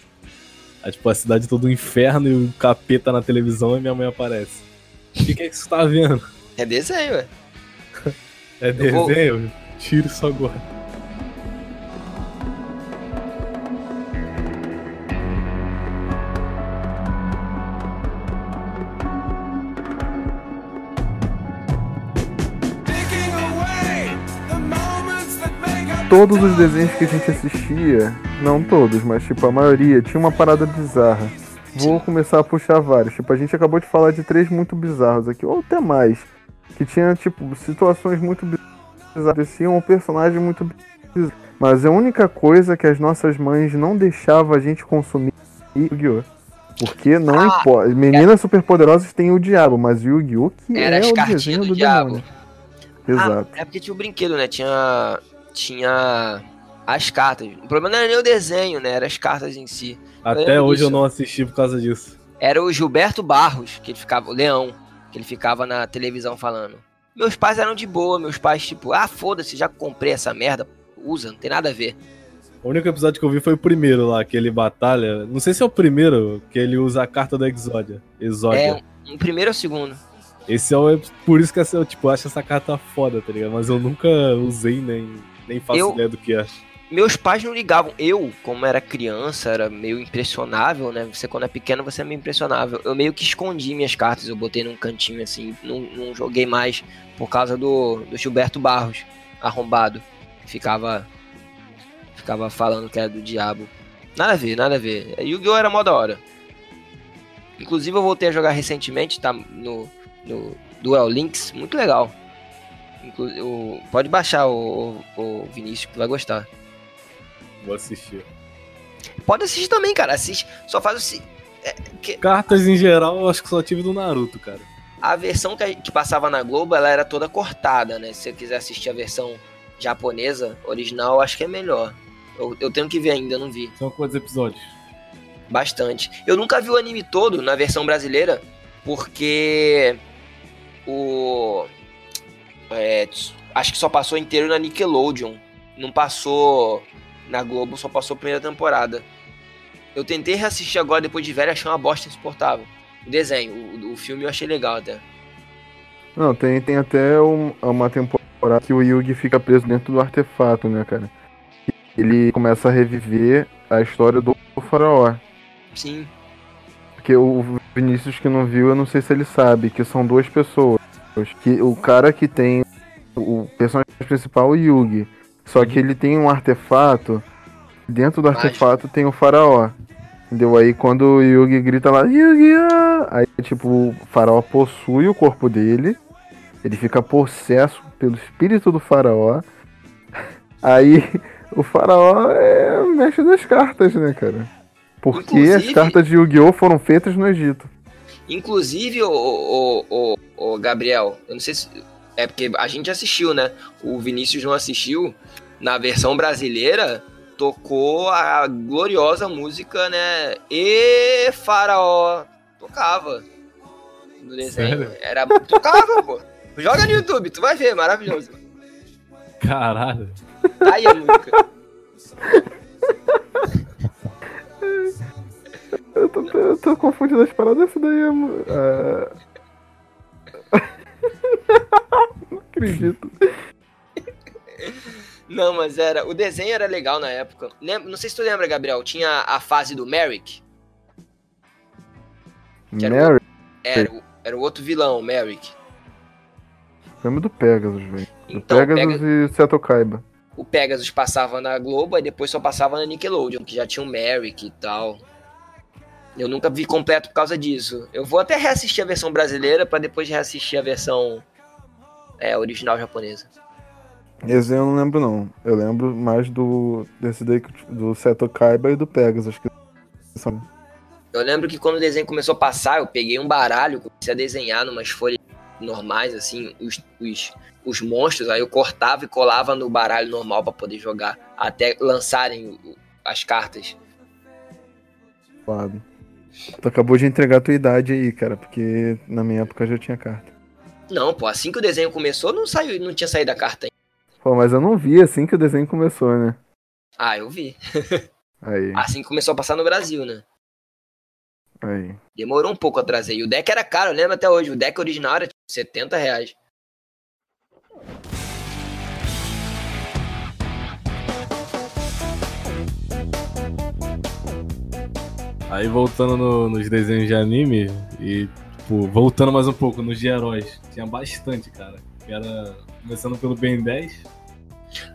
Aí, tipo, a cidade todo um inferno e o capeta na televisão e minha mãe aparece. O que, que é que você tá vendo? É desenho, ué. É Eu vou- desenho? Tira isso agora. Todos os desenhos que a gente assistia, não todos, mas tipo, a maioria, tinha uma parada bizarra. Vou começar a puxar vários. Tipo, a gente acabou de falar de três muito bizarros aqui, ou até mais. Que tinha, tipo, situações muito bizarras, assim, um personagem muito bizarro. Mas a única coisa que as nossas mães não deixavam a gente consumir era Yu-Gi-Oh! Porque não Ah, importa. Meninas superpoderosas têm o diabo, mas Yu-Gi-Oh! que Era é as o cartinhas desenho do do, diabo. demônio. Exato. Ah, é porque tinha o brinquedo, né? Tinha. Tinha. As cartas. O problema não era nem o desenho, né? Era as cartas em si. Até lembro hoje eu disso. não assisti por causa disso. Era o Gilberto Barros, que ele ficava, o Leão, que ele ficava na televisão falando. Meus pais eram de boa, meus pais, tipo, ah, foda-se, já comprei essa merda, usa, não tem nada a ver. O único episódio que eu vi foi o primeiro lá, que ele batalha. Não sei se é o primeiro, que ele usa a carta da Exódia. Exódia. É, um primeiro ou segundo. Esse é o. Por isso que assim, eu tipo, acho essa carta foda, tá ligado? Mas eu nunca usei nem, nem faço Eu- ideia do que acho. Meus pais não ligavam. Eu, como era criança, era meio impressionável, né? Você, quando é pequeno, você é meio impressionável. Eu meio que escondi minhas cartas, eu botei num cantinho assim, não, não joguei mais por causa do, do Gilberto Barros, arrombado. Ficava. Ficava falando que era do diabo. Nada a ver, nada a ver. Yu-Gi-Oh! era mó da hora. Inclusive, eu voltei a jogar recentemente, tá no, no Duel Links, muito legal. Inclu o- pode baixar o, o, o Vinícius, que vai gostar. Vou assistir. Pode assistir também, cara. Assiste. Só faz o se- Cartas em geral, eu acho que só tive do Naruto, cara. A versão que, a- que passava na Globo, ela era toda cortada, né? Se você quiser assistir a versão japonesa, original, eu acho que é melhor. Eu, eu tenho que ver ainda, eu não vi. São quantos episódios? Bastante. Eu nunca vi o anime todo na versão brasileira, porque o... é, ts- acho que só passou inteiro na Nickelodeon. Não passou na Globo, só passou a primeira temporada. Eu tentei reassistir agora depois de velho, achei uma bosta insuportável. O desenho, o, o filme eu achei legal até. Não, tem, tem até um- uma temporada que o Yugi fica preso dentro do artefato, né, cara? Ele começa a reviver a história do faraó. Sim. Porque o Vinícius que não viu, eu não sei se ele sabe, que são duas pessoas. Que o cara que tem o personagem principal, o Yugi. Só que ele tem um artefato. Dentro do Mágico. artefato tem o faraó. Entendeu? Aí quando o Yugi grita lá, Yugi! ah!" Aí, tipo, o faraó possui o corpo dele. Ele fica possesso pelo espírito do faraó. Aí o faraó é o mestre das cartas, né, cara? Porque Inclusive- as cartas de Yu-Gi-Oh! foram feitas no Egito. Inclusive, o, Gabriel, eu não sei se. É porque a gente assistiu, né? O Vinícius não assistiu. Na versão brasileira, tocou a gloriosa música, né? E Faraó. Tocava. No desenho. Sério? Era, tocava, pô. Joga no YouTube, tu vai ver, maravilhoso. Caralho. Tá aí a música. Eu tô, eu tô confundindo as paradas, essa daí é. mu- ah. Não acredito. Não, mas era. O desenho era legal na época. Lem- não sei se tu lembra, Gabriel. Tinha a fase do Merrick. Quero- Mary, Era, o- era o outro vilão, o Merrick. lembra do Pegasus, velho. Do Então, Pegasus Pega- e Seto Kaiba. o Pegasus passava na Globo e depois só passava na Nickelodeon, que já tinha o Merrick e tal. Eu nunca vi completo por causa disso. Eu vou até reassistir a versão brasileira pra depois reassistir a versão é, original japonesa. Esse eu não lembro, não. Eu lembro mais do. desse daí, que- do Seto Kaiba e do Pegasus. Que são... Eu lembro que quando o desenho começou a passar, eu peguei um baralho, comecei a desenhar numas folhas normais, assim, os, os, os monstros, aí eu cortava e colava no baralho normal pra poder jogar, até lançarem o- as cartas. Claro. Tu acabou de entregar a tua idade aí, cara, porque na minha época já tinha carta. Não, pô, assim que o desenho começou, não saiu, não tinha saído a carta ainda. Pô, mas eu não vi assim que o desenho começou, né? Ah, eu vi. Aí, Assim que começou a passar no Brasil, né? aí. Demorou um pouco a trazer. E o deck era caro, eu lembro até hoje. O deck original era tipo 70 reais. Aí voltando no- nos desenhos de anime e, tipo, voltando mais um pouco nos de heróis. Tinha bastante, cara. Era. Começando pelo Ben 10.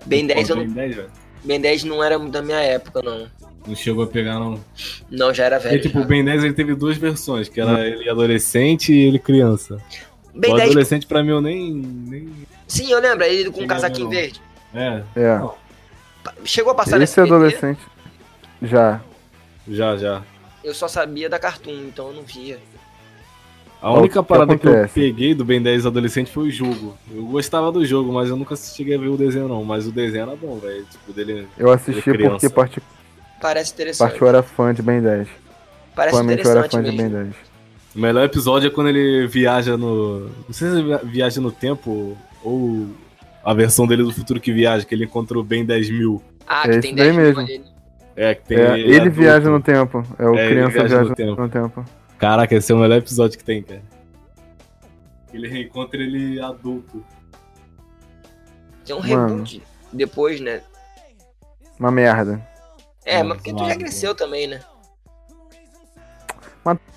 Ben Pô, 10, eu não, Ben 10, velho. ben 10 não era muito da minha época, não. Não chegou a pegar, não. Não, já era velho. Porque, tipo, já. o Ben 10 ele teve duas versões, que era ele adolescente e ele criança. Ben o 10, adolescente pra mim eu nem. nem... sim, eu lembro. Ele com um Sim, casaquinho não. verde. É, É. Pa- Chegou a passar Esse é SBT, adolescente. Já. já, já. Eu só sabia da Cartoon, então eu não via. A Ó, única É o que parada que eu acontece? peguei do Ben 10 adolescente foi o jogo. Eu gostava do jogo, mas eu nunca cheguei a ver o desenho, não. Mas o desenho era bom, velho. Tipo, dele. Eu assisti Ele é porque criança. parte, Parece interessante. parte eu era fã de Ben 10. Parece Provavelmente eu era interessante fã de Ben mesmo. 10. O melhor episódio é quando ele viaja no. Não sei se ele via- viaja no tempo ou a versão dele do futuro que viaja, que ele encontra o Ben 10 mil. Ah, que É esse tem daí 10 mil mesmo. ali. É, que tem. É, ele adulto. viaja no tempo. É o É, ele criança viaja viaja no tempo. no tempo. Caraca, esse é o melhor episódio que tem, cara. Ele reencontra ele adulto. Tem um Mano. reboot depois, né? Uma merda. É, Mano, mas porque tu já zoado, cresceu também, né?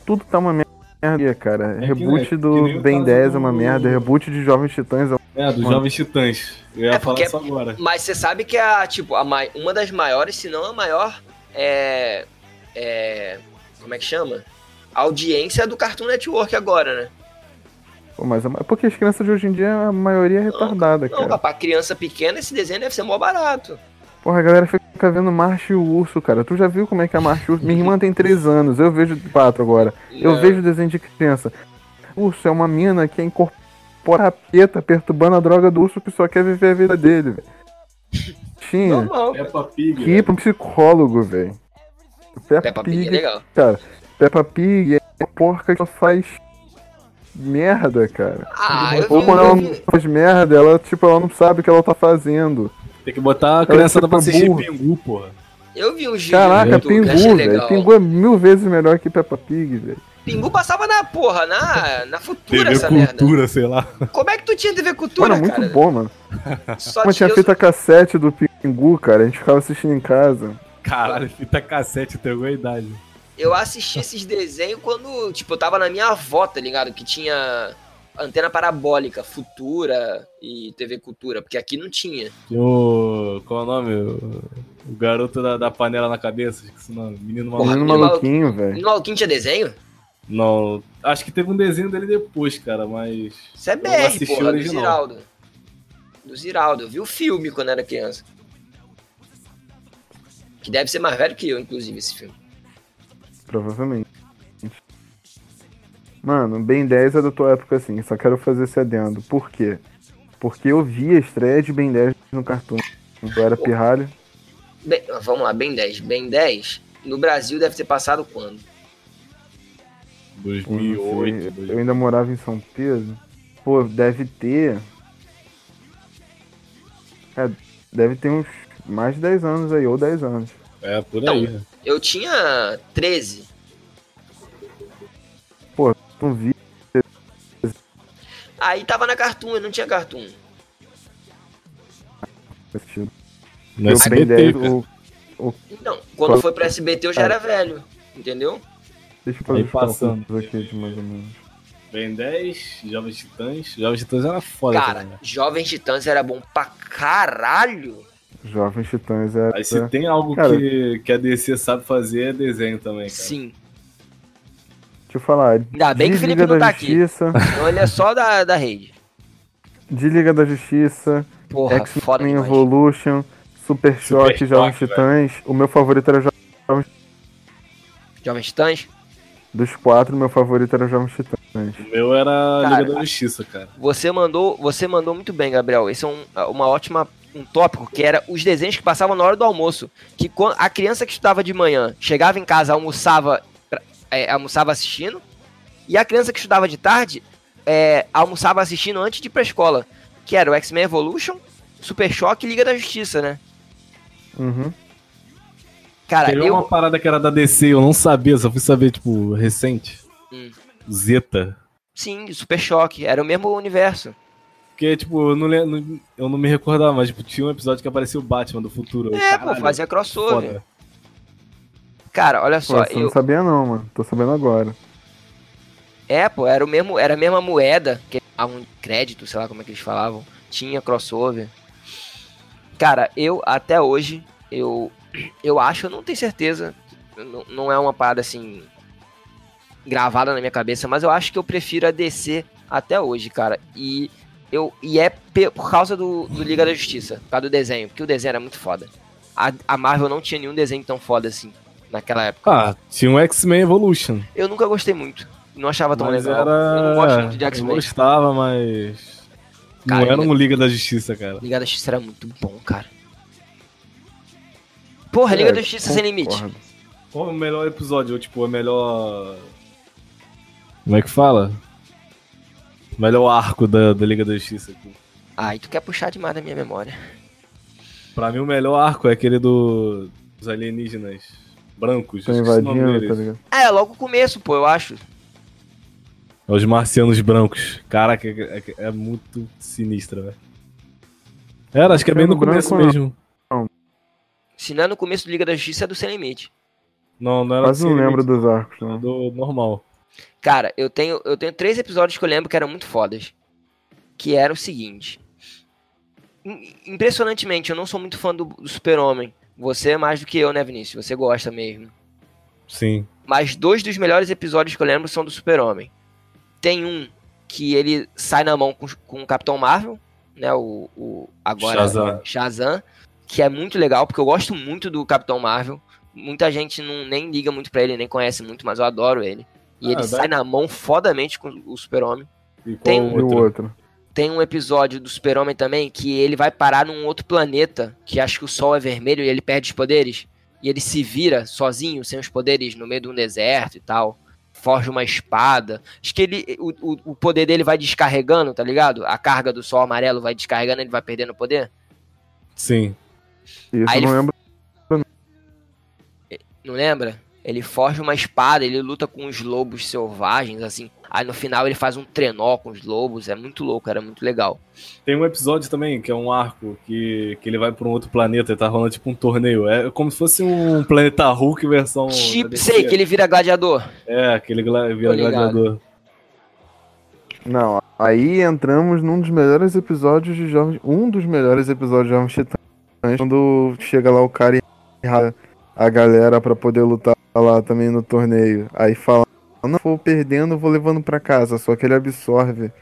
Tudo tá uma merda, cara. que, reboot né, que do nem o Ben caso 10 é uma do- merda. Reboot de Jovens Titãs é uma... É, dos Mano. Jovens Titãs. Eu ia É, falar porque- isso agora. Mas você sabe que a, tipo, a mai- uma das maiores, se não a maior, é, é. Como é que chama? Audiência do Cartoon Network agora, né? Pô, mas é uma- Porque as crianças de hoje em dia, a maioria é retardada, Não, cara. pra criança pequena, esse desenho deve ser mó barato. Porra, a galera fica vendo Marcha e o Urso, cara. Tu já viu como é que é a Marcha e o Urso? Minha irmã tem 3 anos, eu vejo 4 agora. Eu Não. vejo desenho de criança. Urso é uma mina que é incorpora a peta, perturbando a droga do urso que só quer viver a vida dele, velho. Tinha Normal. É pra Pig. que ir pra um psicólogo, velho. Peppa, Peppa Pig, Pig é legal. cara. Peppa Pig é uma porca que só faz merda, cara. Ah, eu vi, Ou quando eu ela vi- não faz merda, ela, tipo, ela não sabe o que ela tá fazendo. Tem que botar a criança tipo pra assistir burro. Pingu, porra. Eu vi uns vídeos no Caraca, YouTube, achei Pingu, velho. legal. Pingu é mil vezes melhor que Peppa Pig, velho. Pingu passava na porra, na, na futura TV essa Cultura, sei lá. merda. Como é que tu tinha TV Cultura, Mano, é muito cara? bom, mano. Só Mas tinha eu- fita cassete do Pingu, cara. A gente ficava assistindo em casa. um Caralho, fita cassete, tem alguma idade. Eu assisti esses desenhos quando, tipo, eu tava na minha avó, tá ligado? Que tinha antena parabólica, Futura e TV Cultura, porque aqui não tinha. Tinha o. Qual é o nome? O, o garoto da, da panela na cabeça, esqueci o nome. Menino maluco. Menino Porra, maluquinho, É. velho. E no Alquim tinha desenho? Não, acho que teve um desenho dele depois, cara, mas. Isso é eu BR, assisti o porra, do original. Ziraldo. Do Ziraldo. Eu vi o filme quando era criança. Que deve ser mais velho que eu, inclusive, esse filme. Provavelmente. Mano, Ben 10 é da tua época assim, só quero fazer esse adendo. Por quê? Porque eu vi a estreia de Ben 10 no cartoon. Eu era pirralho. Bem, vamos lá, Ben 10. Ben 10, no Brasil deve ter passado quando? Eu, não 2008. sei, 2008. é, eu ainda morava em São Pedro. Pô, deve ter. É, deve ter uns mais de 10 anos aí, ou 10 anos. É, por aí. né? Eu tinha 13. Não vi. Aí tava na Cartoon, eu não tinha Cartoon. assistido. No Eu Ben 10, SBT, cara. o, Então, quando foi pra SBT eu já era velho, entendeu? deixa eu fazer Aí os passando. cálculos aqui de mais ou menos. Ben 10, Jovens Titãs. Jovens Titãs era foda, cara. Cara, Jovens Titãs era bom pra caralho. Jovens Titãs é era. Aí se tem algo Cara. que, que a DC sabe fazer é desenho também, cara. Sim. Deixa eu falar. Ainda bem que o Felipe Liga não da tá aqui. Justiça, Então ele é só da, da rede. de Liga da Justiça, Porra, foda X-Men demais. Evolution, Super Choque, Choque, Jovens velho. Titãs. O meu favorito era Jovens Jovens Titãs. Dos quatro, o meu favorito era Jovens Titãs. O meu era Cara. Liga da Justiça, cara. Você mandou, você mandou muito bem, Gabriel. Esse é um, uma ótima um tópico que era os desenhos que passavam na hora do almoço, que quan- a criança que estudava de manhã chegava em casa, almoçava, pra- é, almoçava assistindo, e a criança que estudava de tarde é, almoçava assistindo antes de ir pra escola, que era o X-Men Evolution, Super Choque e Liga da Justiça, né? Uhum. Cara, Teve eu uma parada que era da DC, eu não sabia, só fui saber, tipo, recente. Hum. Zeta. sim, Super Choque, era o mesmo universo. Porque, tipo, eu não, le- não- eu não me recordava, mas tipo, tinha um episódio que aparecia o Batman do futuro. Eu, É, pô, caralho, fazia crossover. foda. Cara, olha Pô, só, você eu, não sabia não, mano. Tô sabendo agora. É, pô, era, o mesmo, era a mesma moeda que eles davam de crédito, sei lá como é que eles falavam. Tinha crossover. Cara, eu até hoje, eu, eu acho, eu não tenho certeza. eu Não, não é uma parada assim gravada na minha cabeça, mas eu acho que eu prefiro a DC até hoje, cara. E, eu, e é pe- por causa do, do Liga da Justiça, por causa do desenho, porque o desenho era muito foda. A, a Marvel não tinha nenhum desenho tão foda assim naquela época. Ah, tinha um X-Men Evolution. Eu nunca gostei muito. Não achava tão Mas um legal. era. Eu não gosto muito de eu X-Men. gostava, mas. Cara, não era ele- um Liga da Justiça, cara. Liga da Justiça era muito bom, cara. Porra, Liga É, da Justiça sem limite. concordo. Qual o melhor episódio? Ou, tipo, o melhor. Como é que fala? O melhor arco da, da Liga da Justiça. Ai, tu quer puxar demais da minha memória. Pra mim, o melhor arco é aquele do... dos alienígenas brancos. Tô eu esqueci o nome invadindo, deles. tá ligado? Ah, é logo o começo, pô, eu acho. É os marcianos brancos. Caraca, é, é- é muito sinistra, velho. Era, acho que é bem no Marciano começo branco, né? mesmo. Se não é no começo do Liga da Justiça, é do Sem Limite. Não, não era Quase não assim, lembro dos arcos, né? não. do normal. Cara, eu tenho, eu tenho três episódios que eu lembro que eram muito fodas. Que era o seguinte. Im- Impressionantemente, eu não sou muito fã do, do Super-Homem. Você é mais do que eu, né, Vinícius? Você gosta mesmo. Sim. Mas dois dos melhores episódios que eu lembro são do Super-Homem. Tem um que ele sai na mão com, com o Capitão Marvel, né? O, o agora Shazam. Shazam, que é muito legal, porque eu gosto muito do Capitão Marvel. Muita gente não, nem liga muito pra ele, nem conhece muito, mas eu adoro ele. E Ah, ele vai. sai na mão fodamente com o Super-Homem. E qual Tem o um- E o outro? outro? Tem um episódio do Super-Homem também que ele vai parar num outro planeta, que acho que o sol é vermelho e ele perde os poderes. E ele se vira sozinho, sem os poderes, no meio de um deserto e tal. Forja uma espada. Acho que ele, o, o, o poder dele vai descarregando, tá ligado? A carga do sol amarelo vai descarregando, ele vai perdendo o poder. Sim. Isso Aí eu não ele- lembro. não lembra? Ele forja uma espada, ele luta com os lobos selvagens, assim. Aí no final ele faz um trenó com os lobos, é muito louco, era muito legal. Tem um episódio também, que é um arco, que, que ele vai pra um outro planeta e tá rolando tipo um torneio. É como se fosse um Planeta Hulk versão. Tipo, da sei DC. que ele vira gladiador. É, aquele gla- vira ligado. gladiador. Não, aí entramos num dos melhores episódios de Jovens. Um dos melhores episódios de Jovens Titãs. Quando chega lá o cara e erra a galera pra poder lutar lá também no torneio. Aí fala: Não, vou perdendo, eu vou levando pra casa. Só que ele absorve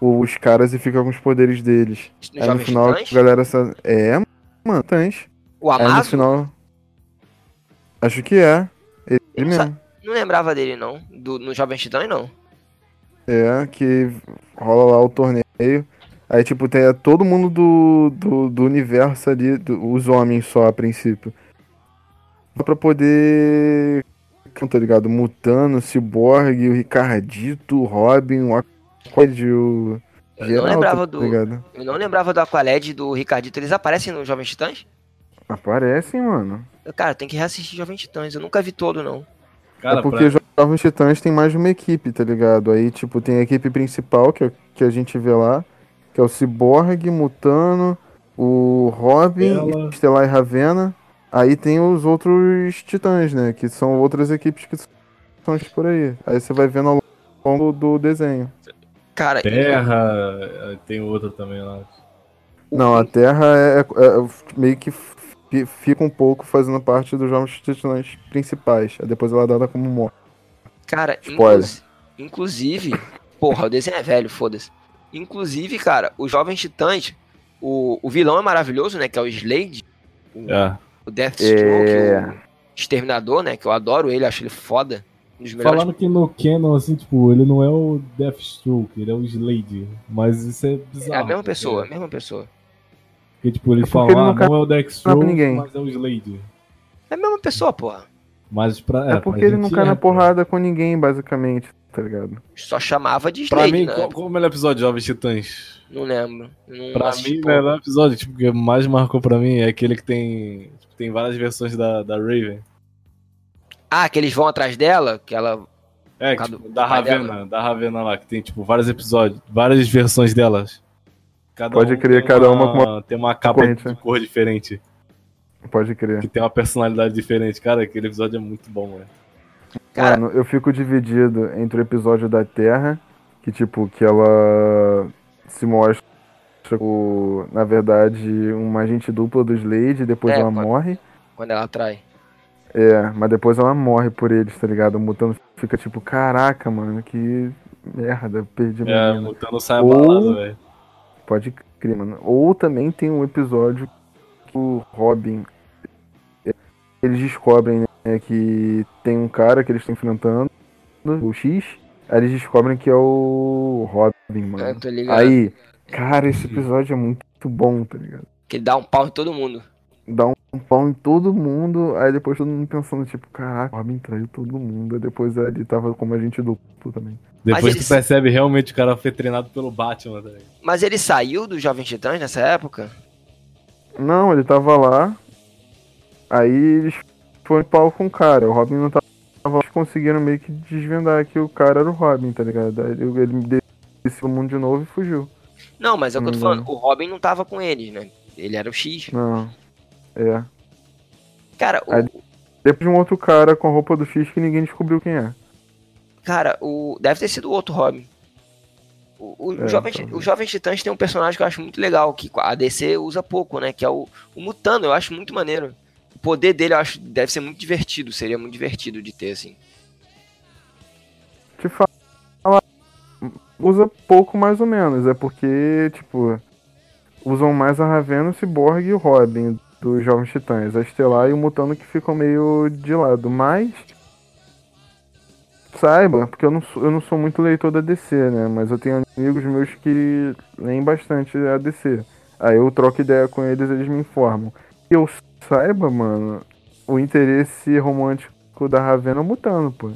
o- os caras e fica com os poderes deles. No aí no Jovens final Titãs? a galera. sa- É, mano, titãs. O Aí É, no Amazo? final. Acho que é. Ele Eu não sa- mesmo. Não lembrava dele, não. Do, no Jovens Titãs, não. É, que rola lá o torneio. Aí, tipo, tem todo mundo do, do, do universo ali, do- os homens só a princípio. Só Pra poder. Tá ligado? O Mutano, o Cyborg, o Ricardito, o Robin, o Aquad, o. Eu geral, não lembrava tá do. ligado? Eu não lembrava do Aqualed e do Ricardito. Eles aparecem no Jovens Titãs? Aparecem, mano. Eu, Cara, tem que reassistir Jovens Titãs. Eu nunca vi todo, não. Cara, é porque pra- os Jovens Titãs tem mais de uma equipe, tá ligado? Aí, tipo, tem a equipe principal, que, é- que a gente vê lá, que é o Cyborg, Mutano, o Robin, Ela. Estelar e Ravena. Aí tem os outros Titãs, né? Que são outras equipes que são por aí. Aí você vai vendo ao longo do desenho. Cara, Terra, eh, tem outro também lá. Não, a Terra é, é- é- meio que fi- fica um pouco fazendo parte dos Jovens Titãs principais. Aí depois ela é dada como morte. Cara, Spoiler. inclusi- inclusive, porra, o desenho é velho, foda-se. Inclusive, cara, os Jovens Titãs, o, o vilão é maravilhoso, né? Que é o Slade, É. o Deathstroke, É. o Exterminador, né? Que eu adoro ele, acho ele foda. Um dos melhores. Falando que no Canon, assim, tipo, ele não é o Deathstroke, ele é o Slade. Mas isso é É bizarro. a mesma porque- pessoa, a mesma pessoa. Porque, tipo, eles É porque falam, ele não ah, não, cabe- é o Deathstroke, ninguém. mas é o Slade. É a mesma pessoa, porra. Mas pra, É, pra porque ele não gente cai na é, porrada com ninguém, basicamente, tá ligado? Só chamava de Pra Slade, mim, né? qual, qual o melhor episódio de Jovens Titãs? Não lembro. Não Pra assisti mim, né? o pouco. melhor episódio tipo, que mais marcou pra mim é aquele que tem tipo, tem várias versões da, da Raven. Ah, que eles vão atrás dela, que ela. É, Por causa tipo, do da pai né? Ravena, da Ravena lá, que tem, tipo, vários episódios, várias versões delas. Cada um Pode crer, tem cada uma com Tem uma capa corrente, de né? É. cor diferente, Pode crer. que tem uma personalidade diferente. Cara, aquele episódio é muito bom, mano. Cara, Mano, eu fico dividido entre o episódio da Terra, que tipo, que ela se mostra, o, na verdade, uma agente dupla do Slade, e depois É, ela pode- morre. quando ela atrai. É, mas depois ela morre por eles, tá ligado? O Mutano fica tipo, caraca, mano, que merda, eu perdi a É, menina. mutando sai Ou- abalado, velho. Pode crer, mano. Ou também tem um episódio que o Robin. Eles descobrem né, que tem um cara que eles estão enfrentando, o X. Aí eles descobrem que é o Robin, mano. É, tô ligado. Uhum. Aí, cara, esse episódio é muito bom, tá ligado? Que ele dá um pau em todo mundo. Dá um pau em todo mundo, aí depois todo mundo pensando, tipo, caraca, o Robin traiu todo mundo. Aí depois ele tava como agente duplo também. Depois eles- tu percebe realmente o cara foi treinado pelo Batman, tá ligado? Mas ele saiu do Jovem Titãs nessa época? Não, ele tava lá. Aí eles foram pau com o cara. O Robin não tava lá. Eles conseguiram meio que desvendar que o cara era o Robin, tá ligado? Aí ele, ele desceu o mundo de novo e fugiu. Não, mas é o que eu tô Não. falando. O Robin não tava com eles, né? Ele era o X. Não. É. Cara, o, Aí- Depois de um outro cara com a roupa do X que ninguém descobriu quem é. cara, o. Deve ter sido outro Robin. O, o, É, Jovem, talvez. o Jovem Titãs tem um personagem que eu acho muito legal, que a DC usa pouco, né? Que é o, o Mutano, eu acho muito maneiro. O poder dele eu acho deve ser muito divertido, seria muito divertido de ter, assim. Te fala. Usa pouco mais ou menos. É porque, tipo. Usam mais a Ravena, o Cyborg e o Robin dos Jovens Titãs. A Estelar e o Mutano que ficam meio de lado. Mas. Saiba, porque eu não, sou, eu não sou muito leitor da DC, né? Mas eu tenho amigos meus que leem bastante a DC. Aí eu troco ideia com eles eles me informam. Que eu saiba, mano, o interesse romântico da Ravena é o Mutano, pô.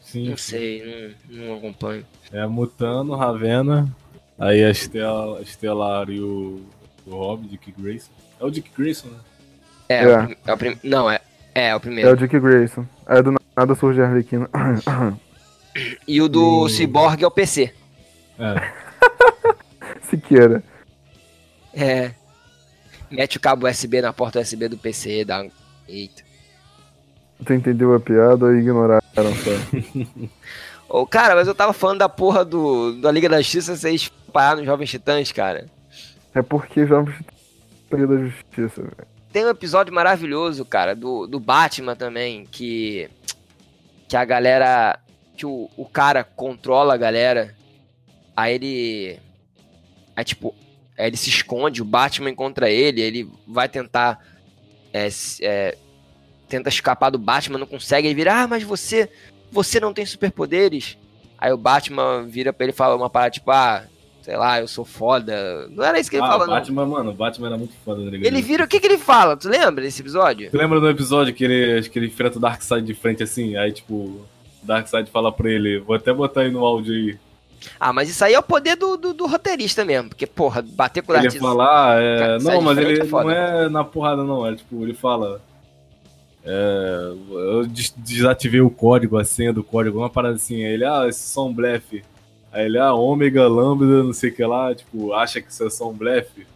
Sim. Não sei, não, não acompanho. É Mutano, Ravena, aí a Estela, Estelar e o, o Rob, Dick Grayson. É o Dick Grayson, né? É, É. o prim- é o prim- não, é, É, o É o primeiro. Dick Grayson. Aí do nada surge a Arlequina. E o do Cyborg é o PC. É. Siqueira. É. Mete o cabo USB na porta USB do PC, dá um... Eita. Tu entendeu a piada ou ignoraram só? Ô, cara, mas eu tava falando da porra do, da Liga da Justiça, vocês pararam nos Jovens Titãs, cara. É porque Jovens Liga da Justiça. velho. Tem um episódio maravilhoso, cara, do, do Batman também, que. Que a galera. Que o, o cara controla a galera. Aí ele. Aí tipo. Aí ele se esconde, o Batman encontra ele, ele vai tentar. é, s- é, tenta escapar do Batman, não consegue, ele vira, ah, mas você. Você não tem superpoderes. Aí o Batman vira pra ele e fala uma parada tipo, ah, sei lá, eu sou foda. Não era isso que ele Ah, fala, o não. Batman, mano, o Batman era muito foda, né? Ele vira, o que, que ele fala? Tu lembra desse episódio? Tu lembra do episódio que ele, acho que ele enfrenta o Darkseid de frente assim? Aí, tipo, o Darkseid fala pra ele, vou até botar aí no áudio aí. Ah, mas isso aí é o poder do, do, do roteirista mesmo. Porque, porra, bater com o Ele artista. fala, ah, é... Darkseid não, mas de frente ele é foda. não é na porrada, não. É tipo, ele fala. é, eu des- desativei o código, a senha do código, uma parada assim. Aí ele, ah, isso é só um blefe. Aí ele, ah, ômega, lambda, não sei o que lá, tipo, acha que isso é só um blefe.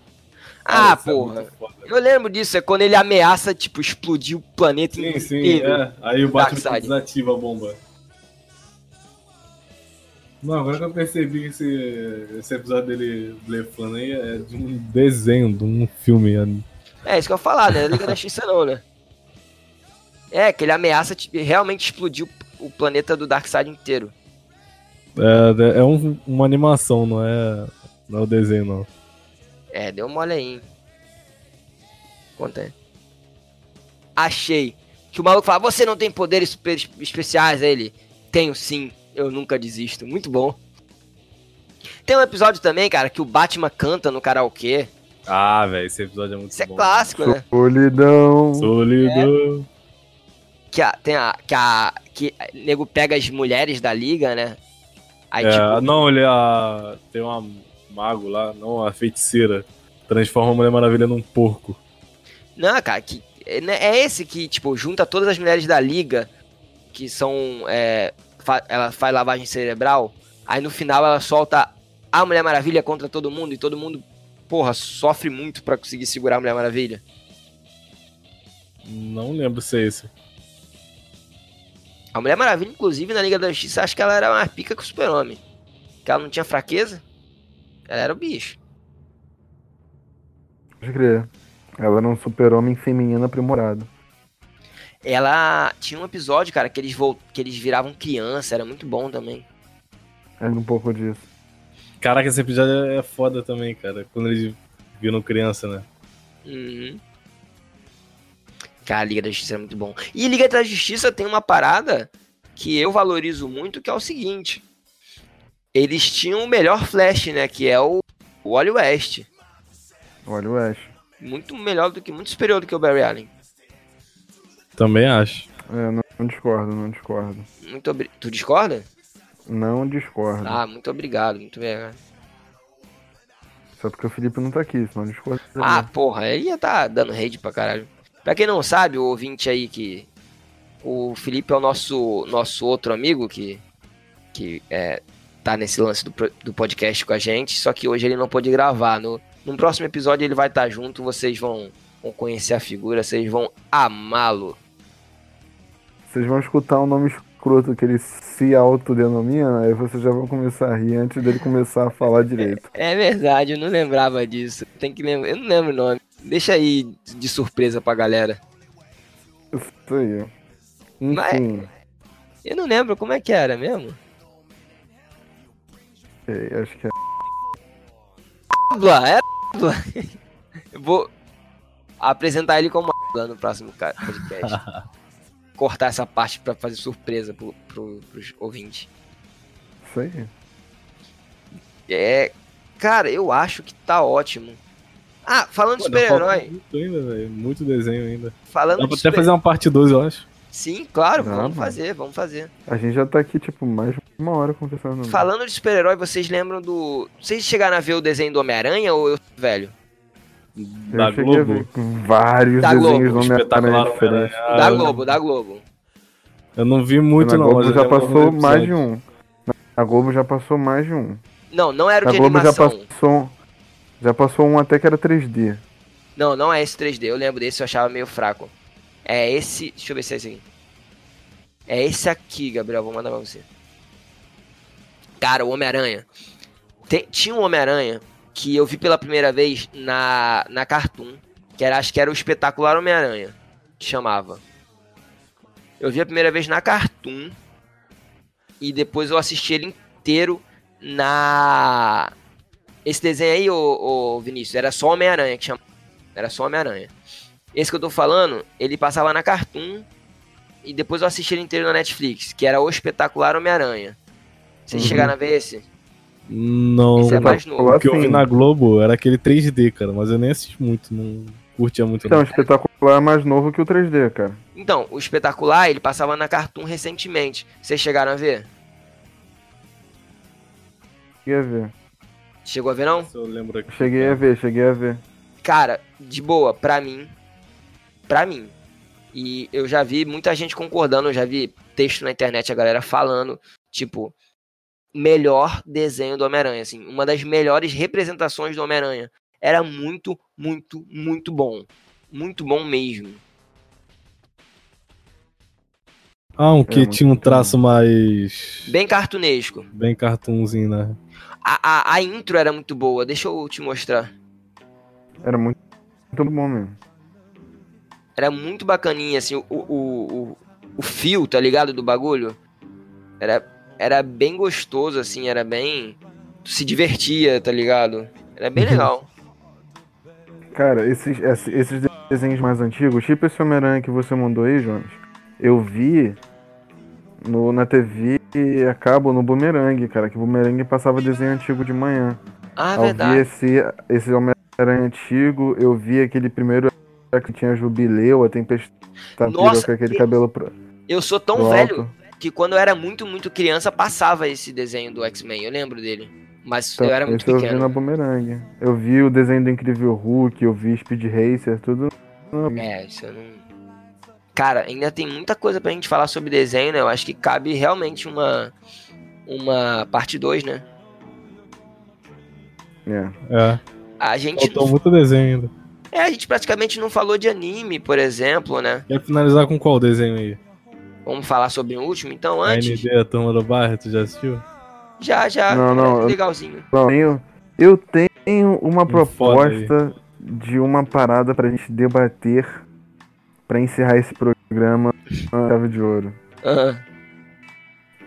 ah, Cara, isso é porra. muito foda. Eu lembro disso, é quando ele ameaça, tipo, explodir o planeta Sim, sim, inteiro. é. Aí o Batman Darkseid. desativa a bomba. Não, agora que eu percebi que esse, esse episódio dele blefando aí é de um desenho, de um filme. é- É. isso que eu ia falar, né? Liga da Justiça não, né? É, que ele ameaça tipo, realmente explodir o, o planeta do Darkseid inteiro. É, é um- uma animação, não é, não é o desenho, não. É, deu mole aí. hein? Conta aí. Achei. Que o maluco fala, você não tem poderes super es- especiais, aí ele. Tenho sim, eu nunca desisto. Muito bom. Tem um episódio também, cara, que o Batman canta no karaokê. Ah, velho, esse episódio é muito Isso é bom. clássico, É. né? Solidão. Solidão. Que a, tem a, que a. Que a- nego pega as mulheres da liga, né? Aí, É, tipo, Não, ele é a- tem uma mago lá, não, a feiticeira. Transforma a Mulher Maravilha num porco. Não, cara, que, é né, é esse que, tipo, junta todas as mulheres da liga que são. É, fa- ela faz lavagem cerebral. Aí no final ela solta a Mulher Maravilha contra todo mundo e todo mundo, porra, sofre muito pra conseguir segurar a Mulher Maravilha. Não lembro se é esse. A Mulher Maravilha, inclusive, na Liga da Justiça, acho que ela era mais pica que o Super-Homem. Que ela não tinha fraqueza. Ela era o bicho. Pode crer. Ela era um super-homem feminino aprimorado. Ela tinha um episódio, cara, que eles, vol- que eles viravam criança, era muito bom também. Era um pouco disso. Caraca, esse episódio é foda também, cara. Quando eles viram criança, né? Uhum. Cara, Liga da Justiça é muito bom. E Liga da Justiça tem uma parada que eu valorizo muito, que é o seguinte. Eles tinham o melhor Flash, né? Que é o, o Wally West. Olha o Ash. Muito melhor do que, muito superior do que o Barry Allen. Também acho. É, não, não discordo, não discordo. Muito obri- Tu discorda? Não discordo. Ah, muito obrigado, muito obrigado. Só porque o Felipe não tá aqui, senão eu discordo. Ah, porra, aí ia tá dando rede pra caralho. Pra quem não sabe, o ouvinte aí que. O Felipe é o nosso, nosso outro amigo que, que é, tá nesse lance do, pro- do podcast com a gente, só que hoje ele não pôde gravar. No, no próximo episódio ele vai estar junto, vocês vão, vão conhecer a figura, vocês vão amá-lo. Vocês vão escutar o nome escroto que ele se autodenomina, aí vocês já vão começar a rir antes dele começar a falar direito. É verdade, eu não lembrava disso. Tem que lembrar, eu não lembro o nome. Deixa aí de surpresa pra galera. É. Isso aí. Mas- Enfim, Eu não lembro como é que era mesmo. é, acho que é. Blá, é Blá. Eu vou apresentar ele como Blá no próximo ca- podcast. Cortar essa parte pra fazer surpresa pro, pro, pros ouvintes. Isso aí. É, cara, eu acho que tá ótimo. Ah, falando de Pô, ainda falta super-herói, Muito ainda, velho. Muito desenho ainda. Dá falando pra de até super... fazer uma parte 2, eu acho. Sim, claro, Dá, vamos mano. fazer, vamos fazer. A gente já tá aqui, tipo, mais de uma hora conversando. Falando de super-herói, vocês lembram do... Vocês chegaram a ver o desenho do Homem-Aranha ou eu sou velho? Da eu cheguei a Globo. ver vários Da Globo. desenhos do Homem-Aranha Espetacular né? diferentes. Homem-Aranha. da Globo, da Globo. Eu não vi muito, na não. Globo mas eu já lembro passou do mais de um episódio. um. Na Globo já passou mais de um. Não, não era o Na de Globo já animação. passou, um- já passou um até que era 3D. Não, não é esse 3D. Eu lembro desse, eu achava meio fraco. É esse. Deixa eu ver se é esse aqui. É esse aqui, Gabriel. Vou mandar pra você. Cara, o Homem-Aranha. Tem- Tinha um Homem-Aranha que eu vi pela primeira vez na, na Cartoon. Que era, acho que era o Espetacular Homem-Aranha. Que chamava. Eu vi a primeira vez na Cartoon. E depois eu assisti ele inteiro na. Esse desenho aí, ô, ô Vinícius, era só Homem-Aranha que chamava. Era só Homem-Aranha. Esse que eu tô falando, ele passava na Cartoon e depois eu assisti ele inteiro na Netflix, que era o espetacular Homem-Aranha. Vocês Uhum. chegaram a ver esse? Não. Esse é mais novo. O que eu vi um. Assim. na Globo era aquele 3D, cara, mas eu nem assisti muito, não curtia muito. Então, Não. o espetacular é mais novo que o 3D, cara. Então, o espetacular, ele passava na Cartoon recentemente. Vocês chegaram a ver? Cheguei a ver. Chegou a ver não? Se eu lembro aqui. Cheguei a ver, cheguei a ver. Cara, de boa, pra mim, pra mim. E eu já vi muita gente concordando, eu já vi texto na internet, a galera falando, tipo, melhor desenho do Homem-Aranha, assim, uma das melhores representações do Homem-Aranha. Era muito, muito, muito bom. Muito bom mesmo. Ah, um que É, muito tinha um traço mais. Bem, Bem cartunesco. cartunzinho, né? A, a, a intro era muito boa, deixa eu te mostrar. Era muito, muito bom mesmo. Era muito bacaninha, assim, o, o, o, o fio, tá ligado? Do bagulho. Era, era bem gostoso, assim, era bem. Tu se divertia, tá ligado? Era Uhum. bem legal. Cara, esses, esse- esses desenhos mais antigos, tipo esse Homem-Aranha que você mandou aí, Jonas, eu vi no, na TV e a cabo no Boomerang, cara, que o Boomerang passava desenho antigo de manhã. Ah, eu vi verdade. esse, esse Homem-Aranha antigo, eu vi aquele primeiro que tinha Jubileu, a Tempestade, Nossa, com aquele que- cabelo pro, Eu sou pro tão alto. velho que quando eu era muito, muito criança, passava esse desenho do X-Men. Eu lembro dele. Mas Então, eu era muito esse eu vi na pequeno. Boomerang. Eu vi o desenho do Incrível Hulk, eu vi Speed Racer, tudo. É, isso eu não. Cara, ainda tem muita coisa pra gente falar sobre desenho, né? Eu acho que cabe realmente uma. Uma parte 2, né? É. É. A gente. Faltou Não... muito desenho ainda. É, a gente praticamente não falou de anime, por exemplo, né? Quer finalizar com qual desenho aí? Vamos falar sobre o último, então, antes. AND, a turma do bairro, tu já assistiu? Já, já. É Não, não, eu- Legalzinho. Não, eu, eu tenho uma Hum, foda aí. proposta de uma parada pra gente debater pra encerrar esse programa na chave de ouro. Aham.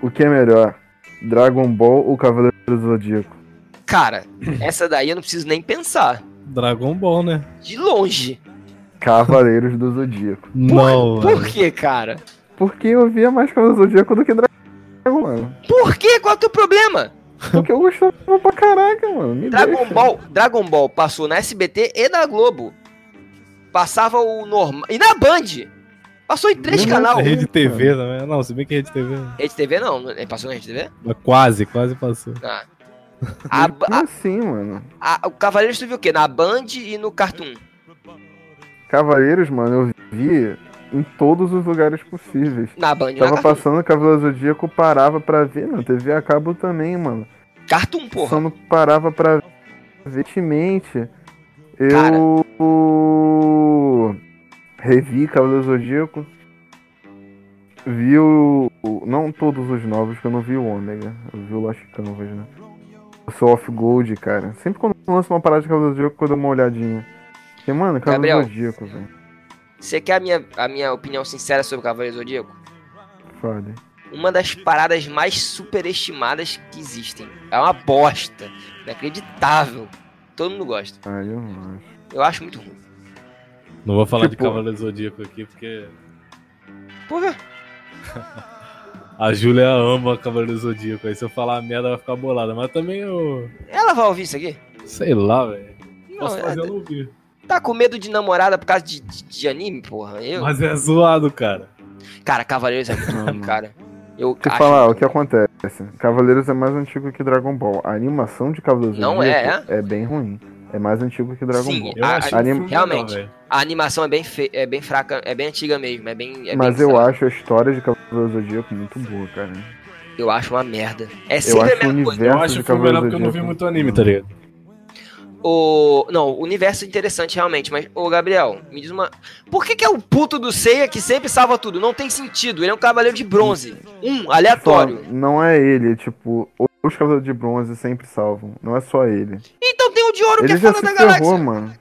O que é melhor? Dragon Ball ou Cavaleiro do Zodíaco? Cara, essa daí eu não preciso nem pensar. Dragon Ball, né? De longe. Cavaleiros do Zodíaco. Não, Por velho. que, cara? Porque eu via mais Cavaleiro do Zodíaco do que Dragon Ball, mano. Por que? Qual é o teu problema? Porque eu gostava pra caraca, mano. Me Dragon deixa. Ball, Dragon Ball passou na SBT e na Globo. Passava o normal. E na Band! Passou em três Não, canal. É é Rede TV também. Não, se bem que Rede TV. né? Rede TV não, não- passou na Rede TV? Mas quase, quase passou. Ah. A, Como a- assim, mano? a- o Cavaleiros tu viu o quê? Na Band e no Cartoon. Cavaleiros, mano, eu vi em todos os lugares possíveis. Na Band e na Tava Cartoon. passando Cavaleiro do Zodíaco, parava pra ver, na TV a cabo também, mano. Cartoon, porra. Só não parava pra ver Timente. Eu Cara. revi Cavaleiro do Zodíaco. Vi o, o- Não todos os novos, que eu não vi o Ômega. Eu vi o Lost Canvas, né? Eu sou off-gold, cara. Sempre quando eu lanço uma parada de Cavaleiro do Zodíaco, eu dou uma olhadinha. Porque, mano, Cavaleiro do Zodíaco, velho. Você quer a minha, a minha opinião sincera sobre o Cavaleiro Zodíaco? Foda. Uma das paradas mais superestimadas que existem. É uma bosta. Inacreditável. Todo mundo gosta. Ah, eu não acho. Eu acho muito ruim. Não vou falar de Tipo- Cavaleiro do Zodíaco aqui, porque Por quê? a Júlia ama Cavaleiro do Zodíaco. Aí se eu falar merda, ela vai ficar bolada. Mas também eu. Ela vai ouvir isso aqui? Sei lá, velho. Não, Posso fazer é- ela ouvir. tá com medo de namorada por causa de, de, de anime, porra? Eu... Mas é zoado, cara. Cara, Cavaleiros é muito ruim, Não. cara. Eu Te acho falar, "Ah, o muito que ruim. acontece? Cavaleiros é mais antigo que Dragon Ball. A animação de Cavaleiros do Não Zodíaco é, é bem ruim. É mais antigo que Dragon Sim, Ball. Eu A- achei anim- o filme realmente. legal, velho. A animação é bem, fe- é bem fraca, é bem antiga mesmo, é bem... é Mas bem eu fraca. acho a história de Cavaleiro do Zodíaco muito boa, cara. Eu acho uma merda. É Eu sempre a acho o mesma coisa. universo Eu acho de o filme melhor Cavaleiro do porque eu não vi Zodíaco muito anime, tá ligado? O... Não, o universo é interessante realmente, mas, ô Gabriel, me diz uma. Por que, que é o puto do Seiya que sempre salva tudo? Não tem sentido. Ele é um cavaleiro de bronze. Um, aleatório. Só- Não é ele, tipo, os Cavaleiros de Bronze sempre salvam. Não é só ele. Então tem o de ouro que Ele é já foda se da ferrou, galáxia. mano.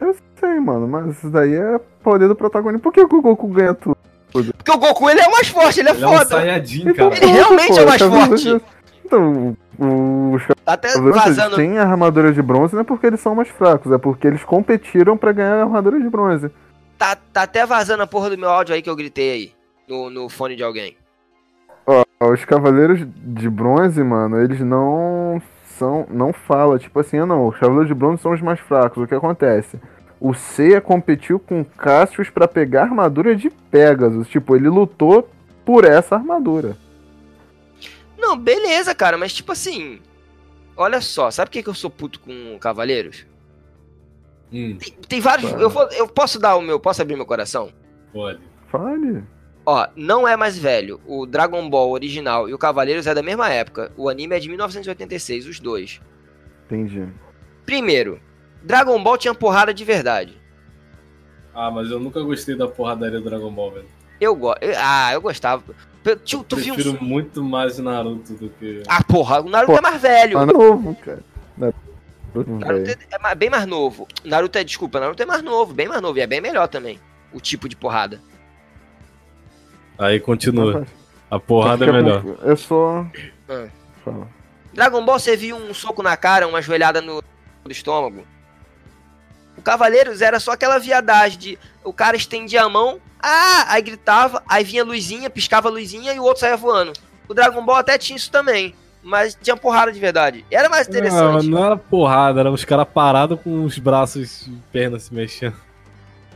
Eu sei, mano, mas isso daí é poder do protagonista. Por que que o Goku ganha tudo? Porque o Goku ele é o mais forte, ele é Ele é um foda. Saiyajin, cara. Ele realmente é o mais Então Cavaleiros do forte. Zodíaco- Então, o- os tá até Cavaleiros do Zodíaco vazando. têm a armadura de bronze não é porque eles são mais fracos, é porque eles competiram pra ganhar a armadura de bronze. Tá, tá até vazando a porra do meu áudio aí que eu gritei aí. No, no fone de alguém. Os Cavaleiros de Bronze, mano, eles não são. Não fala, tipo assim, ah, não, os Cavaleiros de Bronze são os mais fracos. O que acontece? O Seiya competiu com Cassius pra pegar a armadura de Pegasus. Tipo, ele lutou por essa armadura. Não, beleza, cara, mas tipo assim. Olha só, sabe por que, que eu sou puto com Cavaleiros? Hum, Tem, tem vários. Eu, vou- eu posso dar o meu. Posso abrir meu coração? pode. Fale. Ó, não é mais velho. O Dragon Ball original e o Cavaleiros é da mesma época. O anime é de 1986, os dois. Entendi. Primeiro, Dragon Ball tinha porrada de verdade. Ah, mas eu nunca gostei da porradaria do Dragon Ball, velho. Eu gosto. Ah, eu gostava. Pe- Tio, tu viu Prefiro um. muito mais Naruto do que. Ah, porra, o Naruto Pô, é mais velho. Ah, novo, cara. Não, O velho. Naruto é, é ma- bem mais novo. Naruto é, desculpa, Naruto é mais novo, bem mais novo. E é bem melhor também. O tipo de porrada. Aí continua. Não faz- A porrada é fica melhor. confu- É só. Ah. Fala. Dragon Ball você via um soco na cara, uma joelhada no no estômago. O Cavaleiros era só aquela viadagem de o cara estendia a mão, ah, aí gritava, aí vinha a luzinha, piscava a luzinha e o outro saía voando. O Dragon Ball até tinha isso também, mas tinha porrada de verdade. Era mais Não, mas interessante. não era porrada, era os caras parados com os braços e pernas se mexendo.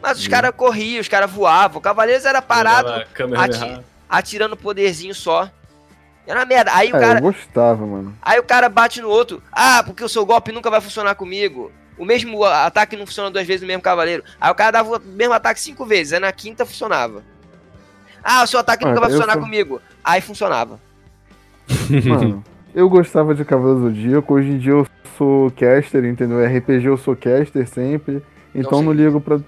Mas os caras corriam, os caras voavam. O Cavaleiros era parado, Era câmera ati- errada. atirando poderzinho só. Era uma merda. Aí o É, cara eu gostava, mano. Aí o cara bate no outro. Ah, porque o seu golpe nunca vai funcionar comigo. O mesmo a- ataque não funciona duas vezes no mesmo cavaleiro. Aí o cara dava o mesmo ataque cinco vezes. Aí na quinta funcionava. Ah, o seu ataque Ah, nunca vai eu funcionar sou- comigo. Aí funcionava. Mano, eu gostava de Cavaleiro do Zodíaco, hoje em dia eu sou caster, entendeu? É RPG eu sou caster sempre, então sei. não ligo pra.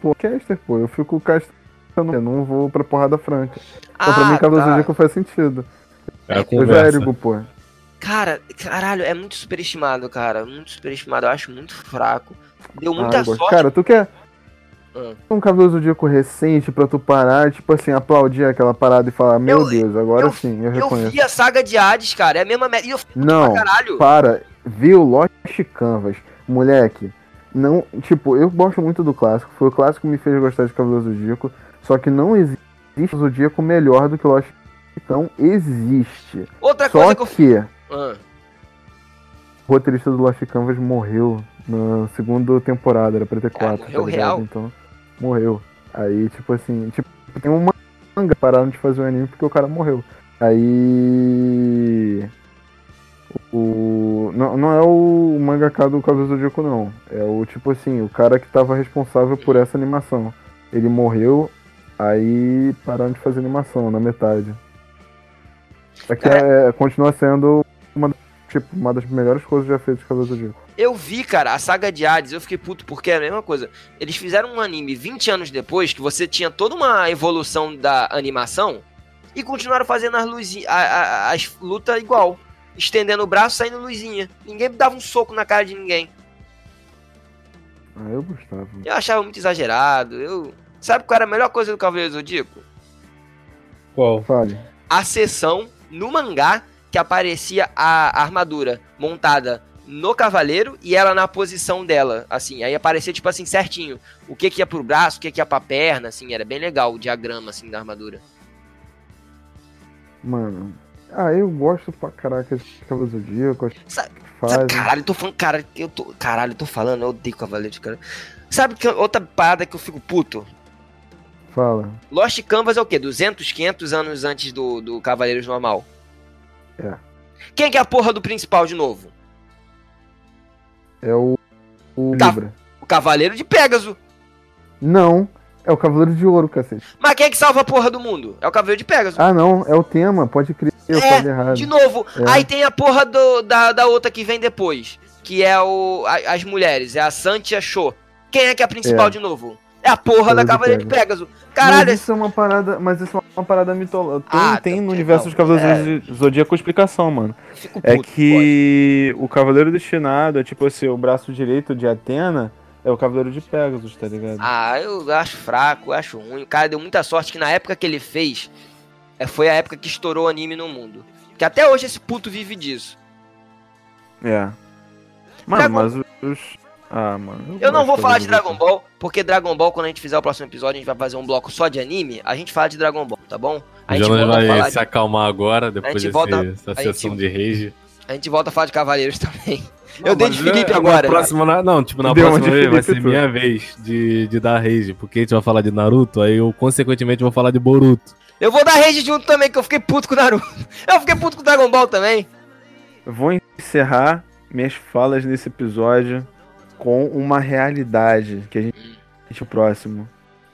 Pô, caster, pô, eu fico castando, eu não vou pra porrada franca. Então pra Ah, mim Cavaleiro do tá. Zodíaco faz sentido. É, Era Eu já conversa. ergo, pô. Cara, caralho, é muito superestimado, cara. Muito superestimado. Eu acho muito fraco. Deu muita Ah, eu gosto. sorte. Cara, tu quer. Ah. Um Cavaleiro do Zodíaco recente pra tu parar, tipo assim, aplaudir aquela parada e falar, meu Eu- Deus, agora eu- sim, eu eu reconheço. vi a saga de Hades, cara. É a mesma merda. E eu fico pra Não, caralho. Para, viu Lost Canvas, moleque. Não, tipo, eu gosto muito do clássico. Foi o clássico que me fez gostar de Cavaleiro Zodíaco. Só que não existe Zodíaco melhor do que Lost. Então existe. Outra Só coisa que eu. que o Ah, roteirista do Lost Canvas morreu na segunda temporada, era pra ter quatro. Ah, morreu tá ligado? real? Então, morreu. Aí, tipo assim, tipo, tem uma manga. Pararam de fazer o anime porque o cara morreu. Aí. O. Não, não é o mangaka do Cavaleiro do Zodíaco, não. É o tipo assim, o cara que tava responsável por essa animação. Ele morreu, aí pararam de fazer animação na metade. É que é- continua sendo uma, das- tipo, uma das melhores coisas já feitas de Cavaleiro do Zodíaco. Eu vi, cara, a saga de Hades, eu fiquei puto porque é a mesma coisa. Eles fizeram um anime 20 anos depois, que você tinha toda uma evolução da animação, e continuaram fazendo as, luzi- a- a- as lutas igual. Estendendo o braço, saindo luzinha. Ninguém dava um soco na cara de ninguém. Ah, eu gostava. Eu achava muito exagerado. Eu... Sabe qual era a melhor coisa do Cavaleiro do Zodíaco? Qual? Fale. a sessão no mangá que aparecia a armadura montada no cavaleiro e ela na posição dela, assim, aí aparecia tipo assim certinho, o que que ia pro braço, o que que ia pra perna, assim, era bem legal o diagrama assim da armadura. Mano. Ah, eu gosto pra caraca de Cavaleiro do Zodíaco. acho que Sa- Sabe, Fazem. caralho, eu tô falando, cara, eu tô, caralho, eu tô falando, eu odeio cavaleiro, cara. Sabe que outra parada que eu fico puto? Fala. Lost Canvas é o quê? 200, 500 anos antes do, do Cavaleiros normal. É. Quem que é a porra do principal de novo? É o, O Tá. Libra. O Cavaleiro de Pégaso. Não, é o Cavaleiro de Ouro, cacete. Mas quem é que salva a porra do mundo? É o Cavaleiro de Pégaso. Ah, não, é o tema, pode crer, eu É, falei Ah, errado. De novo, É. aí tem a porra do- da, da outra que vem depois, que é o a- as mulheres, é a Santia Show. Quem é que é a principal É. de novo? É a porra Cavaleiro da de Cavaleira de Pegasus. Caralho, Mas isso é uma parada, mas isso é uma parada mitológica. Tem, Ah, tem tá, É. no ok, universo não, dos Cavaleiros do Zodíaco explicação, mano. eu fico puto. É que o Cavaleiro Destinado é tipo assim, o braço direito de Atena é o Cavaleiro de Pegasus, tá ligado? Ah, eu acho fraco, eu acho ruim. O cara deu muita sorte que na época que ele fez, é, foi a época que estourou o anime no mundo. Que até hoje esse puto vive disso. É. Mano, Dragon- mas os. Ah, mano. Eu não gosto vou falar de Cavaleiro Dragon Ball, porque Dragon Ball, quando a gente fizer o próximo episódio, a gente vai fazer um bloco só de anime, a gente fala de Dragon Ball, tá bom? A O gente Jonas volta a falar vai de se acalmar agora, A gente depois volta- dessa essa a sessão gente- de rage. A gente volta a falar de Cavaleiros também. eu Não, dei mas de Felipe é- agora. Na próxima, na- não, tipo, na Deu uma próxima de vez vai ser Felipe, tu. minha vez de, de dar rage, porque a gente vai falar de Naruto, aí eu, consequentemente, vou falar de Boruto. né? Eu vou dar rage junto também, que eu fiquei puto com o Naruto. Eu fiquei puto com o Dragon Ball também. Vou encerrar minhas falas nesse episódio com uma realidade que a gente. o próximo.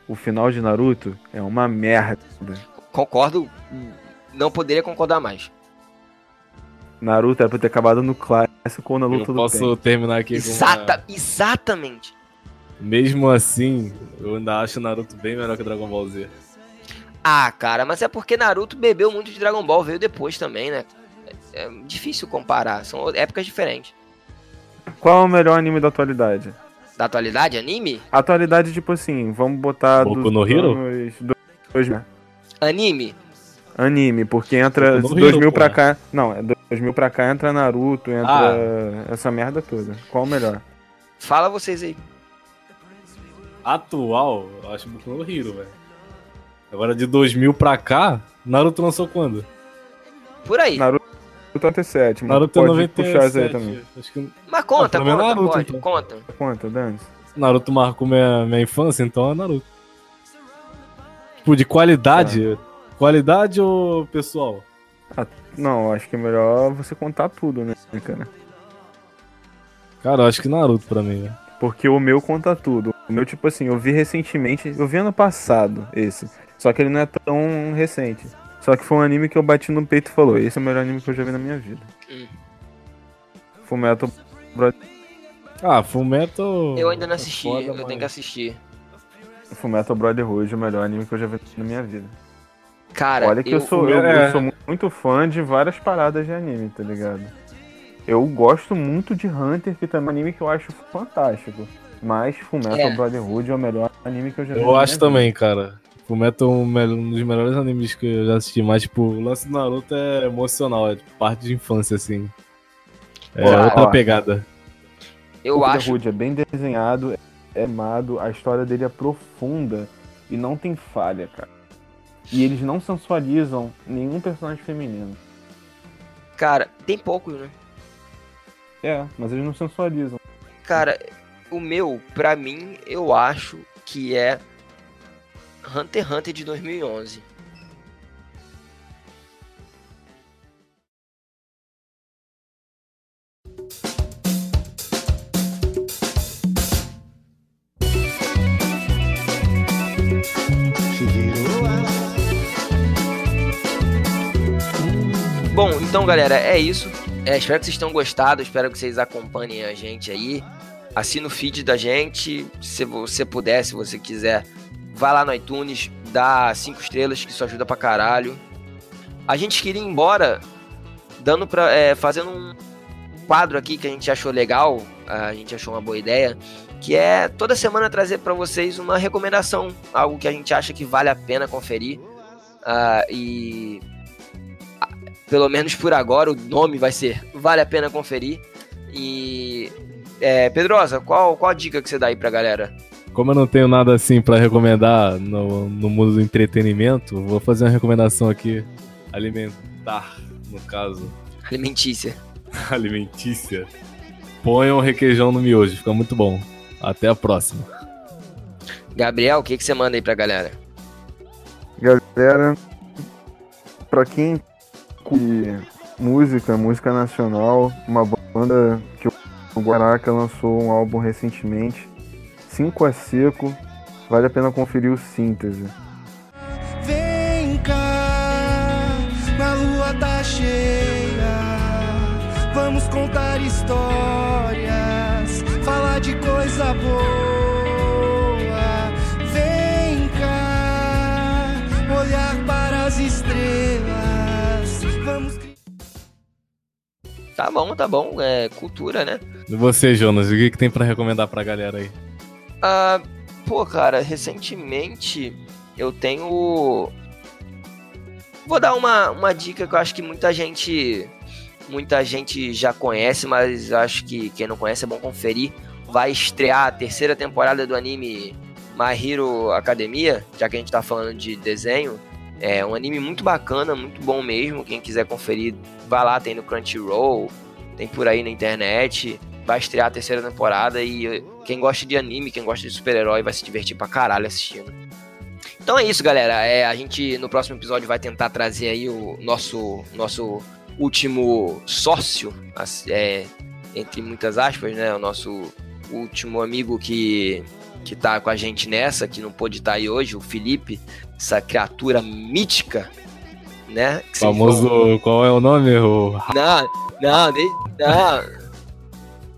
O final de Naruto é uma merda. Concordo, não poderia concordar mais. Naruto era pra ter acabado no clássico ou na Eu luta do posso terminar aqui com uma- Exata, Exatamente. Mesmo assim, eu ainda acho Naruto bem melhor que Dragon Ball Z. Ah, cara, mas é porque Naruto bebeu muito de Dragon Ball, veio depois também, né? É é difícil comparar, são épocas diferentes. Pen. Qual é o melhor anime da atualidade? Da atualidade, anime? Atualidade, tipo assim, vamos botar. Boku dos no Hero? anos dois- dois- Anime? anime, porque entra Boku no 2000 Hero, pra porra. cá. Não, é 2000 pra cá entra Naruto, entra essa merda toda. Qual o melhor? Fala vocês aí. Atual, eu acho Boku no Hero, velho. Agora, de 2000 pra cá, Naruto lançou quando? Por aí. Naruto 87, mano. Naruto é pode 97. puxar isso aí também. Acho que Mas conta, Ah, pelo menos conta, Naruto, pode, então. conta. Quanto, Dani? Naruto marcou minha, minha infância, então é Naruto. Tipo, de É. qualidade. Qualidade ou pessoal? Não, acho que é melhor você contar tudo, né, cara? Cara, eu acho que Naruto pra mim, né? Porque o meu conta tudo. O meu, tipo assim, eu vi recentemente, eu vi ano passado esse. Só que ele não é tão recente. Só que foi um anime que eu bati no peito e falou, esse é o melhor anime que eu já vi na minha vida. Hum. Fullmetal Ah, Fullmetal... Eu ainda não é assisti, foda, eu mas- tenho que assistir. Fullmetal Brotherhood, é o melhor anime que eu já vi na minha vida. Cara, Olha que eu, sou, eu, É. eu sou mu- muito fã de várias paradas de anime, tá ligado? Eu gosto muito de Hunter, que também é um anime que eu acho fantástico. Mas Fullmetal É. Brotherhood é o melhor anime que eu já vi. na Eu minha acho vida. também, cara. Fullmetal é um mel- um dos melhores animes que eu já assisti, mas, tipo, o lance do Naruto é emocional, é tipo, parte de infância, assim. É Ó, outra ó. pegada. eu Fullmetal acho. Brotherhood é bem desenhado, é amado, a história dele é profunda e não tem falha, cara. E eles não sensualizam nenhum personagem feminino. Cara, tem poucos, né? É, mas eles não sensualizam. Cara, o meu, pra mim, eu acho que é Hunter x Hunter de 2011. Bom, então galera, é isso. É, espero que vocês tenham gostado, espero que vocês acompanhem a gente aí. Assina o feed da gente, se você puder, se você quiser, vai lá no iTunes, dá cinco estrelas, que isso ajuda pra caralho. A gente queria ir embora, dando pra, é, fazendo um quadro aqui que a gente achou legal, a gente achou uma boa ideia, que é toda semana trazer pra vocês uma recomendação, algo que a gente acha que vale a pena conferir. Ah, e pelo menos por agora, o nome vai ser Vale a Pena Conferir. E. É, Pedrosa, qual, qual a dica que você dá aí pra galera? Como eu não tenho nada assim pra recomendar no, no mundo do entretenimento, vou fazer uma recomendação aqui alimentar, no caso, Alimentícia. alimentícia. Ponham requeijão no miojo, fica muito bom. Até a próxima. Gabriel, o que, que você manda aí pra galera? Galera, pra quem curte música, música nacional, uma banda que eu O Guaraca lançou um álbum recentemente, 5 a seco, vale a pena conferir o síntese. Vem cá, na lua tá cheia. Vamos contar histórias, falar de coisa boa. Vem cá, olhar para as estrelas. Vamos Tá bom, tá bom. É cultura, né? E você, Jonas, o que, que tem pra recomendar pra galera aí? Ah, pô, cara, recentemente eu tenho. Vou dar uma, uma dica que eu acho que muita gente. Muita gente já conhece, mas acho que quem não conhece é bom conferir. Vai estrear a terceira temporada do anime My Hero Academia, já que a gente tá falando de desenho. É um anime muito bacana, muito bom mesmo. Quem quiser conferir, vai lá, tem no Crunchyroll, tem por aí na internet. Vai estrear a terceira temporada e eh, quem gosta de anime, quem gosta de super-herói, vai se divertir pra caralho assistindo. Então é isso, galera. É, a gente no próximo episódio vai tentar trazer aí o nosso, nosso último sócio, as- é, entre muitas aspas, né? O nosso último amigo que, que tá com a gente nessa, que não pôde estar aí hoje, o Felipe, essa criatura mítica, né? que vocês Famoso. vão- Qual é o nome? O... não, não, de- não.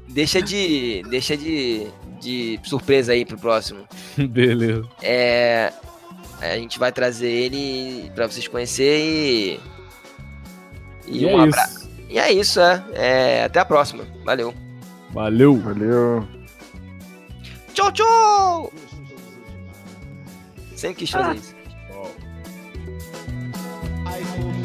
Deixa de. Deixa de. De surpresa aí pro próximo. Beleza. É. A gente vai trazer ele pra vocês conhecer e. E é abra- isso. E é isso, é. É, Até a próxima. Valeu. Valeu. Valeu. Tchau, tchau! Sempre quis fazer isso. I hope